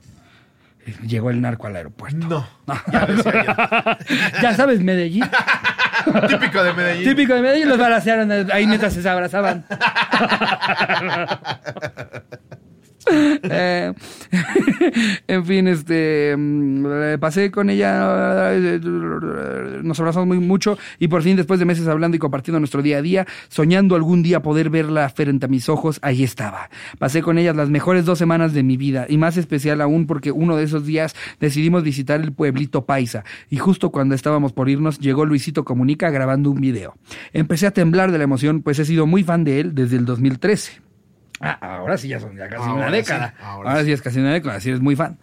Llegó el narco al aeropuerto. No. Ya decía ya sabes, Medellín. yo. Típico de Medellín. Típico de Medellín, los balacearon ahí mientras se abrazaban. Eh, en fin, este mm, pasé con ella, eh, nos abrazamos muy mucho y por fin después de meses hablando y compartiendo nuestro día a día, soñando algún día poder verla frente a mis ojos, ahí estaba. Pasé con ellas las mejores dos semanas de mi vida y más especial aún porque uno de esos días decidimos visitar el pueblito Paisa y justo cuando estábamos por irnos llegó Luisito Comunica grabando un video. Empecé a temblar de la emoción pues he sido muy fan de él desde el 2013. Ah, ahora sí ya son ya casi Ahora una sí, década. ahora ahora sí. es casi una década, sí eres muy fan.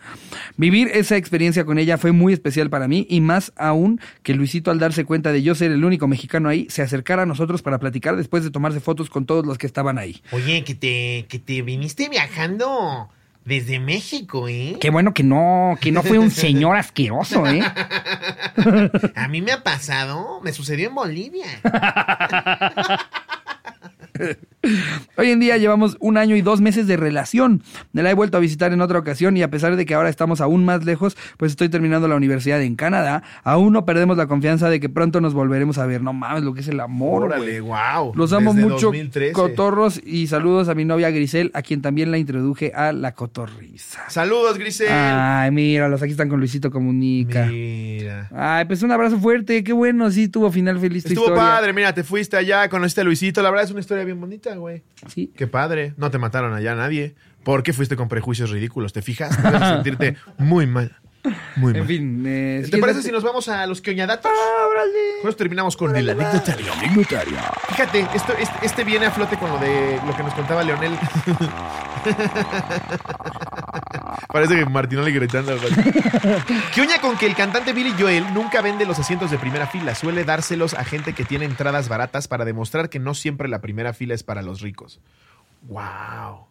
Vivir esa experiencia con ella fue muy especial para mí y más aún que Luisito al darse cuenta de yo ser el único mexicano ahí, se acercara a nosotros para platicar después de tomarse fotos con todos los que estaban ahí. Oye, que te, que te viniste viajando desde México, ¿eh? Qué bueno que no, que no fue un señor asqueroso, ¿eh? A mí me ha pasado, me sucedió en Bolivia. Hoy en día llevamos un año y dos meses de relación. Me la he vuelto a visitar en otra ocasión y a pesar de que ahora estamos aún más lejos, pues estoy terminando la universidad en Canadá, aún no perdemos la confianza de que pronto nos volveremos a ver. No mames, lo que es el amor, güey. Órale, wow. Los amo mucho, cotorros, y saludos a mi novia Grisel, a quien también la introduje a la cotorriza. Saludos, Grisel. Ay, míralos, aquí están con Luisito Comunica. Mira. Ay, pues un abrazo fuerte, qué bueno, sí, tuvo final feliz tu Estuvo historia. padre, mira, te fuiste allá, conociste a Luisito. La verdad es una historia bien bonita, güey. Sí. Qué padre. No te mataron allá a nadie. Porque fuiste con prejuicios ridículos, ¿te fijas? Te debes sentirte muy mal. Muy mal. En fin, eh, ¿Te siguiente- Ah, parece si nos vamos a los queñadatos? Con eso terminamos con el anécdota. Fíjate, esto, este, este viene a flote con lo de lo que nos contaba Leonel. Parece que Martinoli gritando. algo así. ¿Qué oña con que el cantante Billy Joel nunca vende los asientos de primera fila? Suele dárselos a gente que tiene entradas baratas para demostrar que no siempre la primera fila es para los ricos. ¡Wow!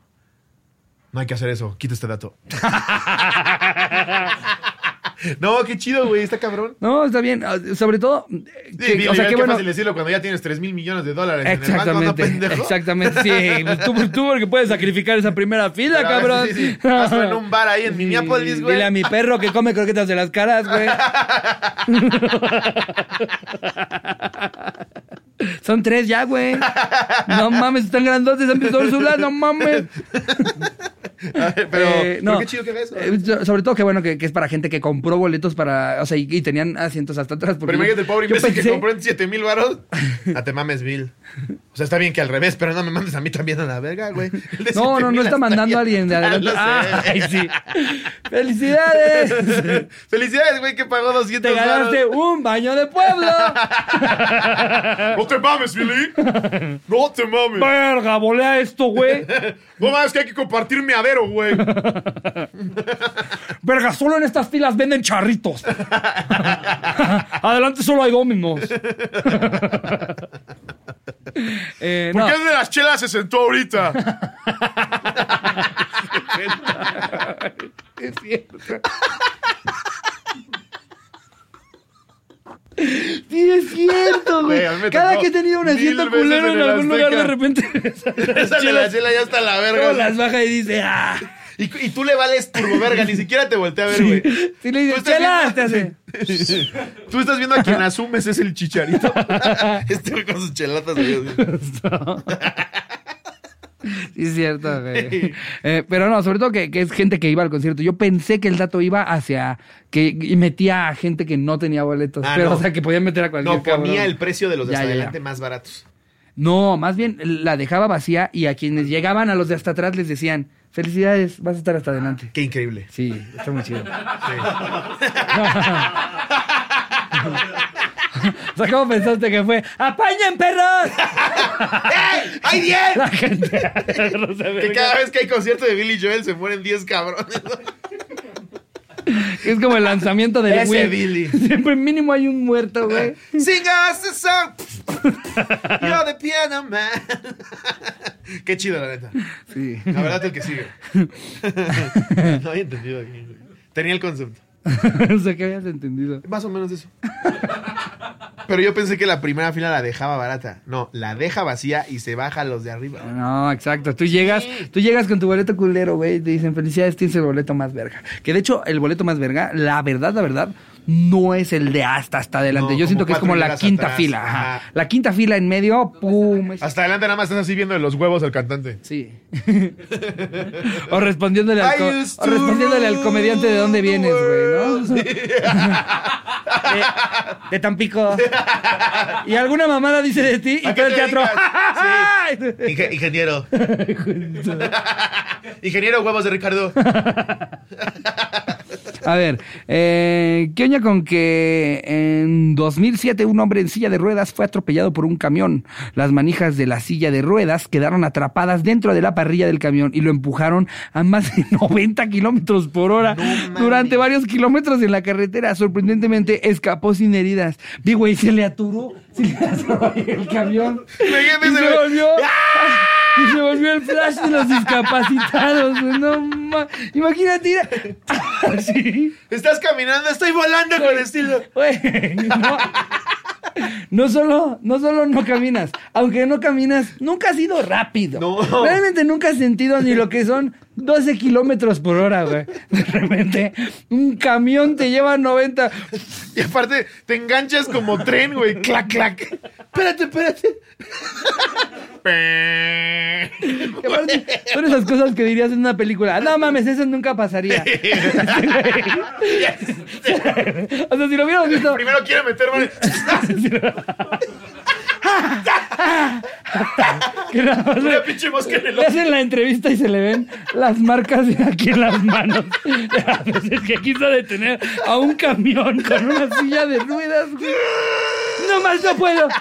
No hay que hacer eso. Quita este dato. no, qué chido, güey. Está cabrón. No, está bien, ah, sobre todo, eh, Sí, que- Billy, o sea, ve qué qué bueno. fácil decirlo cuando ya tienes 3 mil millones de dólares en el banco, ¿no, Exactamente, pendejo? exactamente, sí. Pues Tú, tú porque puedes sacrificar esa primera fila, Pero a ver, cabrón. sí, sí, sí. Hazlo en un bar ahí en Minneapolis, güey. Dile a mi perro que come croquetas de las caras, güey. Son tres ya, güey. No mames, están grandotes, han visto Úrsula, no mames. Pero, Eh, no. pero qué chido que haga eso. Eh, so- sobre todo que bueno que, que es para gente que compró boletos para. O sea, y, y tenían asientos hasta atrás. porque Pero imagínate el pobre yo imbécil que pensé- compró en 7 mil baros. A te mames, Bill. O sea, está bien que al revés, pero no me mandes a mí también a la verga, güey. El de No, no, 7,000 no está mandando a alguien de Ah, adelante. lo sé. ¡Ay, sí! ¡Felicidades! Felicidades, güey, que pagó 200 Te ganaste un baño de pueblo. baros. No te mames, Billy. No te mames. Verga, volea esto, güey. No mames, que hay que compartir mi avero, güey. Verga, solo en estas filas venden charritos. Adelante solo hay dominos. Eh, ¿Por no, qué el de las chelas se sentó ahorita? es cierto. Sí, es cierto, güey. Güey, a mí me Cada tocó que he tenido un mil asiento veces culero en en el algún lugar, de Azteca. repente pues, Esa de la chela ya está la verga. luego las baja y dice, ¡ah! Y, y tú le vales turbo verga, ni siquiera te voltea a ver, güey. Pues Sí le dice, Tú estás ¡chela! viendo- Te hace. Tú estás viendo a quien asumes es el chicharito. este güey con sus chelatas, güey. Sí, es cierto, güey. Eh, pero no, sobre todo que, que es gente que iba al concierto. Yo pensé que el dato iba hacia. que y metía a gente que no tenía boletos. Ah, pero, no. o sea, que podían meter a cualquier No, ponía cabrón. el precio de los de Ya, hasta ya, ya. adelante más baratos. No, más bien la dejaba vacía y a quienes llegaban a los de hasta atrás les decían: Felicidades, vas a estar hasta adelante. Qué increíble. Sí, está muy chido. o sea, ¿cómo pensaste que fue? ¡Apañen, perros! ¡Ey! ¡Hay 10! La gente. Que cada vez que hay concierto de Billy Joel se mueren 10 cabrones. Es como el lanzamiento del Ese Wii. Billy. Siempre mínimo hay un muerto, güey. Sing us a song. You're the piano man. Qué chido, la neta. Sí. La verdad, el que sigue. no había entendido aquí. güey. Tenía el concepto. o sea, que habías entendido. Más o menos eso. Pero yo pensé que la primera fila la dejaba barata. No, la deja vacía y se baja los de arriba. No, exacto. Tú llegas, tú llegas con tu boleto culero, güey. y Te dicen, felicidades, tienes el boleto más verga. Que de hecho, el boleto más verga, la verdad, la verdad, no es el de hasta hasta adelante. No, Yo siento que como es cuatro como la filas quinta atrás. fila. ajá. Ajá. La quinta fila en medio, pum. es- Hasta adelante nada más estás así viendo de los huevos al cantante. Sí. o respondiéndole al, co- I used o respondiéndole al comediante de dónde vienes, güey, ¿no? de, de Tampico. y alguna mamada dice de ti y ¿A todo qué el te teatro. dedicas? Inge- ingeniero. ingeniero huevos de Ricardo. A ver, eh, ¿qué oña con que en 2007 un hombre en silla de ruedas fue atropellado por un camión? Las manijas de la silla de ruedas quedaron atrapadas dentro de la parrilla del camión y lo empujaron a más de 90 kilómetros por hora mames. durante varios kilómetros en la carretera. Sorprendentemente escapó sin heridas. Vi, güey, se le aturó, se le aturó el camión Imagínate y ese se güey. ¡Ah! volvió. Y se volvió el flash de los discapacitados. güey, No, ma- imagínate ir a- así. Estás caminando, estoy volando con estilo. Güey, no. No solo, no solo no caminas, aunque no caminas, nunca has ido rápido. No. Realmente nunca has sentido ni lo que son 12 kilómetros por hora, güey. De repente, un camión te lleva a 90. Y aparte, te enganchas como tren, güey. Clac, clac. Espérate, espérate. Y aparte, son esas cosas que dirías en una película. "Ah, No mames, eso nunca pasaría. o sea, si lo hubiéramos visto. Primero quiere meterme. que nada más le- Una pinche mosca en el Le ojo. hacen la entrevista y se le ven las marcas de aquí en las manos. De las veces que quiso detener a un camión con una silla de ruedas, güey. No más, no puedo.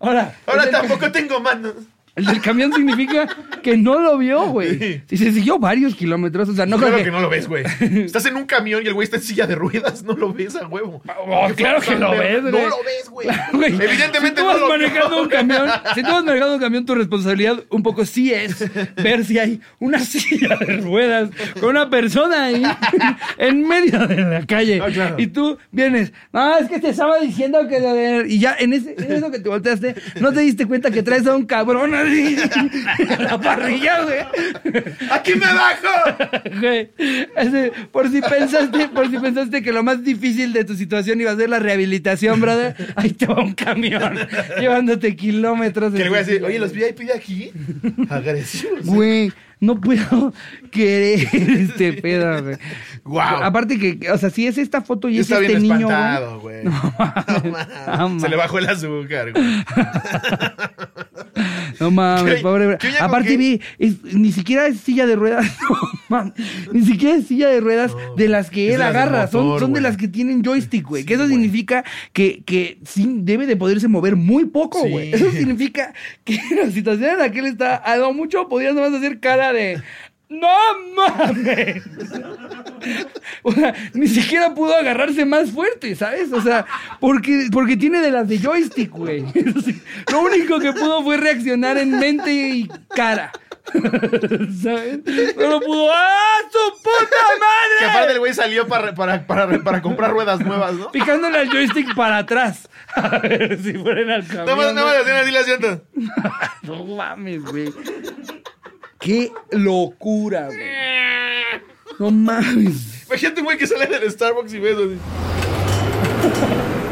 Ahora, el, Ahora del, tampoco tengo manos. el del camión significa que no lo vio, güey. Y se siguió varios kilómetros, o sea, no creo Claro que... que no lo ves, güey. Estás en un camión y el güey está en silla de ruedas. No lo ves a huevo. Oh, claro que lo ves, güey. No lo ves, güey. Güey, Evidentemente si tú no vas lo manejando un camión, si tú vas manejando un camión, tu responsabilidad un poco sí es ver si hay una silla de ruedas con una persona ahí en medio de la calle. Ah, claro. Y tú vienes, no, es que te estaba diciendo que... de- Y ya en, ese, en eso que te volteaste, no te diste cuenta que traes a un cabrón así. en la parrilla, güey. ¡Aquí me bajo! Güey, ese- por si pensaste, por si pensaste que lo más difícil de tu situación iba a ser la rehabilitación, brother, ahí te va un camión llevándote kilómetros. de Que le voy a decir, tu- oye, los VIP de aquí, agresivos. Güey, no puedo querer este pedo, güey. Guau. Aparte que, o sea, si es esta foto y Y es está este bien niño, güey. espantado, güey. No mames. Se le bajó el azúcar, güey. No mames, ¿Qué- pobre. qué oye, Aparte con vi, qué? es- ni siquiera es silla de ruedas, no mames, ni siquiera es silla de ruedas de las que Es él de las de agarra, son, motor, son de güey. las que tienen joystick, güey. que eso significa que, que sí debe de poderse mover muy poco, Sí. güey. Eso significa que la situación en la que él está, a lo mucho podrías nomás hacer cara de... ¡No mames! O sea, ni siquiera pudo agarrarse más fuerte, ¿sabes? O sea, porque, porque tiene de las de joystick, güey. Lo único que pudo fue reaccionar en mente y cara. ¿Sabes? Solo pudo. ¡Ah, su Que puta aparte madre! el güey salió para, para, para, para comprar ruedas nuevas, ¿no? Picándole al joystick para atrás. A ver si fueran al camión. No más, no más, así la siento. No mames, güey. Qué locura, güey. No mames. Imagínate un güey que sale del Starbucks y ve eso así.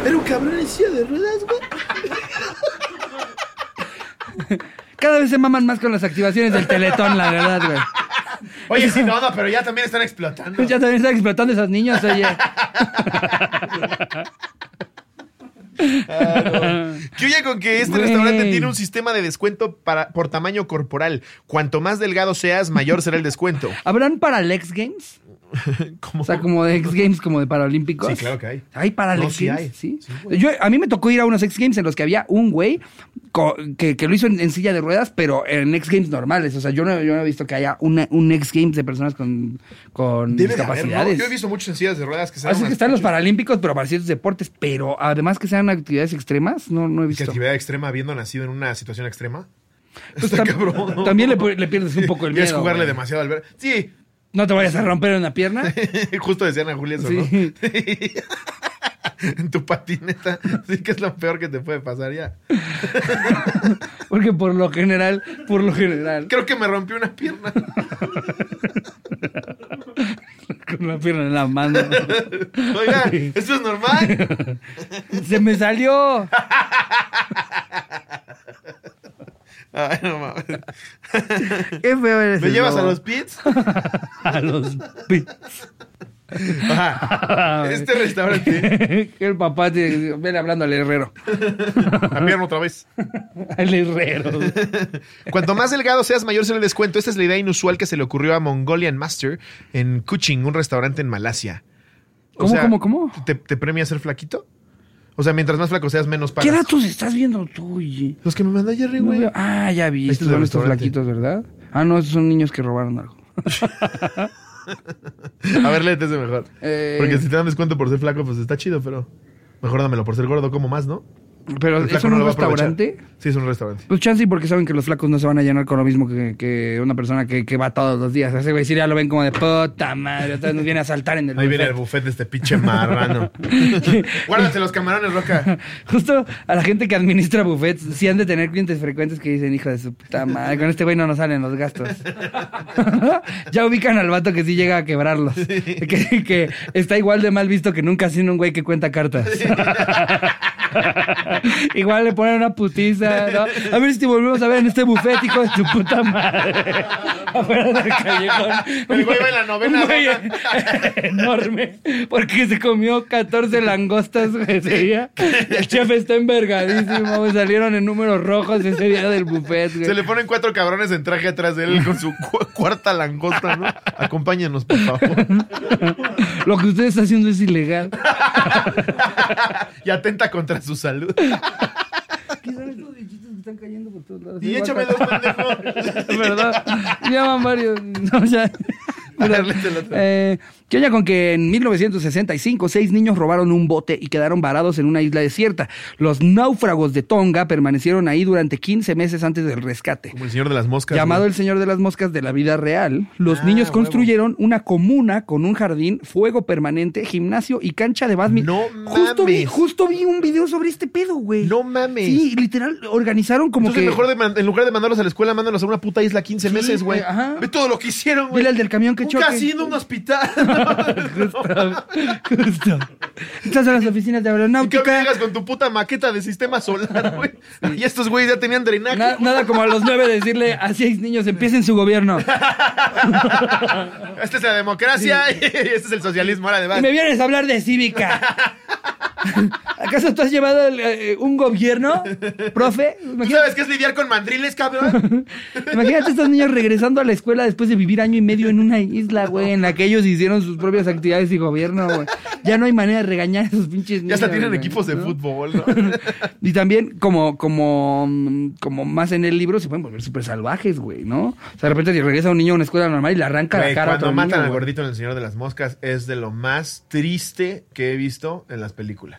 Era un cabrón en silla de ruedas, güey. Cada vez se maman más con las activaciones del teletón, la verdad, güey. Oye, sí, no, no, pero ya también están explotando. Pues Ya también están explotando esos niños, oye. ¿Qué oye con que este Güey. restaurante tiene un sistema de descuento para, por tamaño corporal? Cuanto más delgado seas, mayor será el descuento. ¿Habrán para el X Games? ¿Cómo? O sea, como de X Games, como de Paralímpicos. Sí, claro que hay. Hay para el No, X sí Games, hay. sí. Sí, güey. Yo, a mí me tocó ir a unos X Games en los que había un güey co- que, que lo hizo en, en silla de ruedas, pero en X Games normales. O sea, yo no, yo no he visto que haya una- un X Games de personas con, con Debe de haber, ¿no? discapacidades. Yo he visto muchos en sillas de ruedas que se Así que están los Paralímpicos, pero para ciertos deportes, pero además que sean actividades extremas, no, no he Que visto. actividad extrema habiendo nacido en una situación extrema. Pues Está tam- cabrón, ¿no? También le, pu- le pierdes un poco el Y miedo. es jugarle güey. demasiado al ver. Sí, No te vayas a romper una pierna. justo decían a Julia eso, Sí. ¿no? en tu patineta. Sí, que es lo peor que te puede pasar ya. Porque por lo general, por lo general, Creo que me rompió una pierna. con la pierna en la mano. Oiga, ¿esto es normal? Se me salió. Ay, no mames. Qué feo eres. ¿Me llevas a lobo. los pits? A los pi- Ajá. Este restaurante. El papá tiene que decir, vele hablando al herrero. La pierna otra vez. Al herrero. Cuanto más delgado seas, mayor será el descuento. Esta es la idea inusual que se le ocurrió a Mongolian Master en Kuching, un restaurante en Malasia. O ¿Cómo, cómo, cómo? ¿Te, te premia ser flaquito? O sea, mientras más flaco seas, menos pagas. ¿Qué datos estás viendo tú, oye? Los que me mandó Jerry, No güey. veo- Ah, ya vi. Ahí está Estos el son estos restaurante. flaquitos, ¿verdad? Ah, no, estos son niños que robaron algo. A ver, léete ese mejor. Eh. Porque si te dan descuento por ser flaco, pues está chido, pero... Mejor dámelo por ser gordo, como más, ¿no? Pero El es flaco en no un lo va a aprovechar. restaurante. Sí, es un restaurante. Pues chance y porque saben que los flacos no se van a llenar con lo mismo que, que una persona que, que va todos los días. Ese güey sí ya lo ven como de puta madre, otra vez nos viene a saltar en el Ahí viene el buffet". buffet de este pinche marrano. Guárdate los camarones, Roca. Justo a la gente que administra buffets, sí han de tener clientes frecuentes que dicen, hijo de su puta madre, con este güey no nos salen los gastos. ya ubican al vato que sí llega a quebrarlos. Que, que está igual de mal visto que nunca siendo un güey que cuenta cartas. igual le ponen una putiza, ¿no? A ver si te volvemos a ver en este buffet, hijo de tu puta madre. Afuera del callejón. El güey va en la novena Un güey ronda. enorme porque se comió 14 langostas güey, ese día. El chef está envergadísimo. güey, Salieron en números rojos ese día del buffet. güey. Se le ponen cuatro cabrones en traje atrás de él con su cu- cuarta langosta, ¿no? Acompáñanos, por favor. Lo que usted está haciendo es ilegal. Y atenta contra su salud. ¿Qué son estos bichitos que están cayendo por todos lados? Y échame dos pendejos. Perdón. Llaman varios. No, ya. A ver, léete el otro. Eh, Que ya con que en 1965 seis niños robaron un bote y quedaron varados en una isla desierta. Los náufragos de Tonga permanecieron ahí durante 15 meses antes del rescate. Como el señor de las moscas. Llamado güey. el Señor de las Moscas de la vida real, los Ah, niños huevo. construyeron una comuna con un jardín, fuego permanente, gimnasio y cancha de badminton. No justo vi, mames. justo vi un video sobre este pedo, güey. No mames. Sí, literal, organizaron como Entonces, que... mejor de man- en lugar de mandarlos a la escuela, mándalos a una puta isla 15 Sí, meses, güey. güey, ajá. Ve todo lo que hicieron, güey. Vele al del camión que un choque. casino, un hospital. Justo, justo. Estas son las oficinas de Y que aeronáutica. llegas con tu puta maqueta de sistema solar, güey. Y estos güeyes ya tenían drenaje. Na- nada como a los nueve decirle a seis niños, empiecen su gobierno. Esta es la democracia y este es el socialismo. Ahora de Y me vienes a hablar de cívica. ¿Acaso tú has llevado el, eh, un gobierno, profe? ¿Tú Imagínate, sabes qué es lidiar con mandriles, cabrón? imagínate estos niños regresando a la escuela después de vivir año y medio en una isla, güey, en la que ellos hicieron sus propias actividades y gobierno, güey. Ya no hay manera de regañar a esos pinches niños. Ya hasta tienen güey, equipos de ¿no? fútbol, ¿no? Y también, como, como, mm, como más en el libro, se pueden volver súper salvajes, güey, ¿no? O sea, de repente si regresa un niño a una escuela normal y le arranca Güey, la cara a cuando otro matan niño, al güey. gordito en El Señor de las Moscas es de lo más triste que he visto en las películas.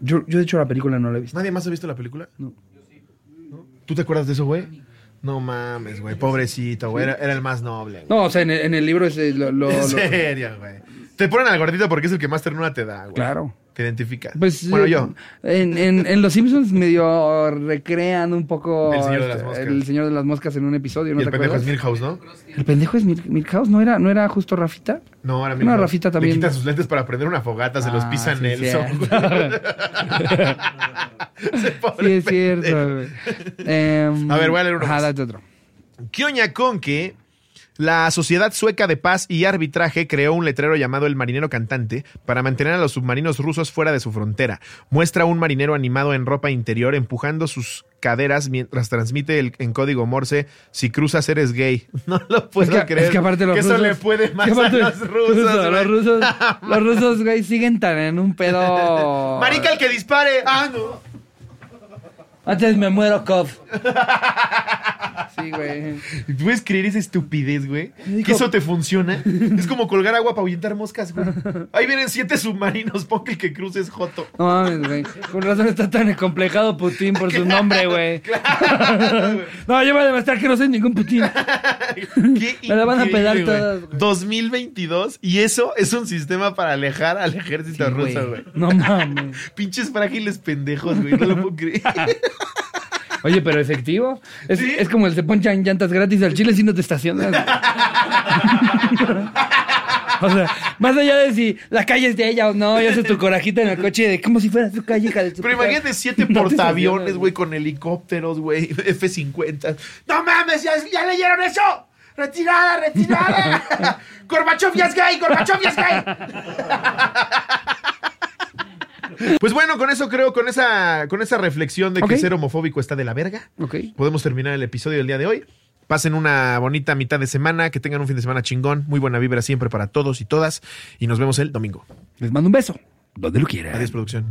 Yo, yo, de hecho, la película no la he visto. ¿Nadie más ha visto la película? No. ¿No? ¿Tú te acuerdas de eso, güey? No mames, güey. Pobrecito, güey. Era, era el más noble, güey. No, o sea, en el, en el libro es eh, lo- lo- en lo- serio, güey. Te ponen al gordito porque es el que más ternura te da, güey. Claro. Te identificas. Pues, bueno, eh, yo. En, en- en Los Simpsons medio recrean un poco El Señor de este, las Moscas. el Señor de las Moscas en un episodio, ¿no Y el te pendejo es acuerdas? Milhouse, ¿no? El pendejo es Mil- Milhouse, ¿no era, no era justo Rafita? No, ahora No, mismo. Rafita también. Le quita sus lentes para prender una fogata, se los Ah, pisa sí, Nelson. cierto. Ese pobre Sí, es pendejo. cierto. güey. Em, A ver, voy a leer uno ajá, más. date otro. Kioña Conke, la Sociedad Sueca de Paz y Arbitraje creó un letrero llamado El Marinero Cantante para mantener a los submarinos rusos fuera de su frontera. Muestra a un marinero animado en ropa interior empujando sus caderas mientras transmite el- en código Morse si cruzas eres gay. No lo puedo es que, creer. es que aparte los que rusos, eso le puede es más que aparte- a los rusos. justo, güey. los rusos, los rusos, güey, siguen tan en un pedo. Marica el que dispare. Ah, no. Antes me muero, Kof. Sí, güey. ¿Puedes creer esa estupidez, güey? Digo- Que eso te funciona. Es como colgar agua para ahuyentar moscas, güey. Ahí vienen siete submarinos. Pon que el que cruces Joto. No mames, güey. Con razón está tan complejado Putin por su nombre, güey. No, yo voy a demostrar que no soy ningún Putin. Qué Me la van a increíble, pelar güey. todas, güey. 2022 y eso es un sistema para alejar al ejército ruso, güey. No mames. Pinches frágiles pendejos, güey. No lo puedo creer. Oye, pero efectivo. Es, Sí. es como el se ponchan llantas gratis al chile si no te estacionas. O sea, más allá de si la calle es de ella o no, ya haces tu corajita en el coche de como si fuera tu calle, hija de tu Pero puta- imagínate siete No te portaaviones, estacionas, güey, con helicópteros, güey, F-50. ¡No mames! ¿Ya, ya leyeron eso! ¡Retirada, retirada! ¡Gorbachev ya es gay! ¡Gorbachev ya es gay! Pues bueno, con eso creo, con esa, con esa reflexión de Ok. que ser homofóbico está de la verga, Ok. podemos terminar el episodio del día de hoy. Pasen una bonita mitad de semana, que tengan un fin de semana chingón, muy buena vibra siempre para todos y todas, y nos vemos el domingo. Les mando un beso. Donde lo quieran. Adiós, producción.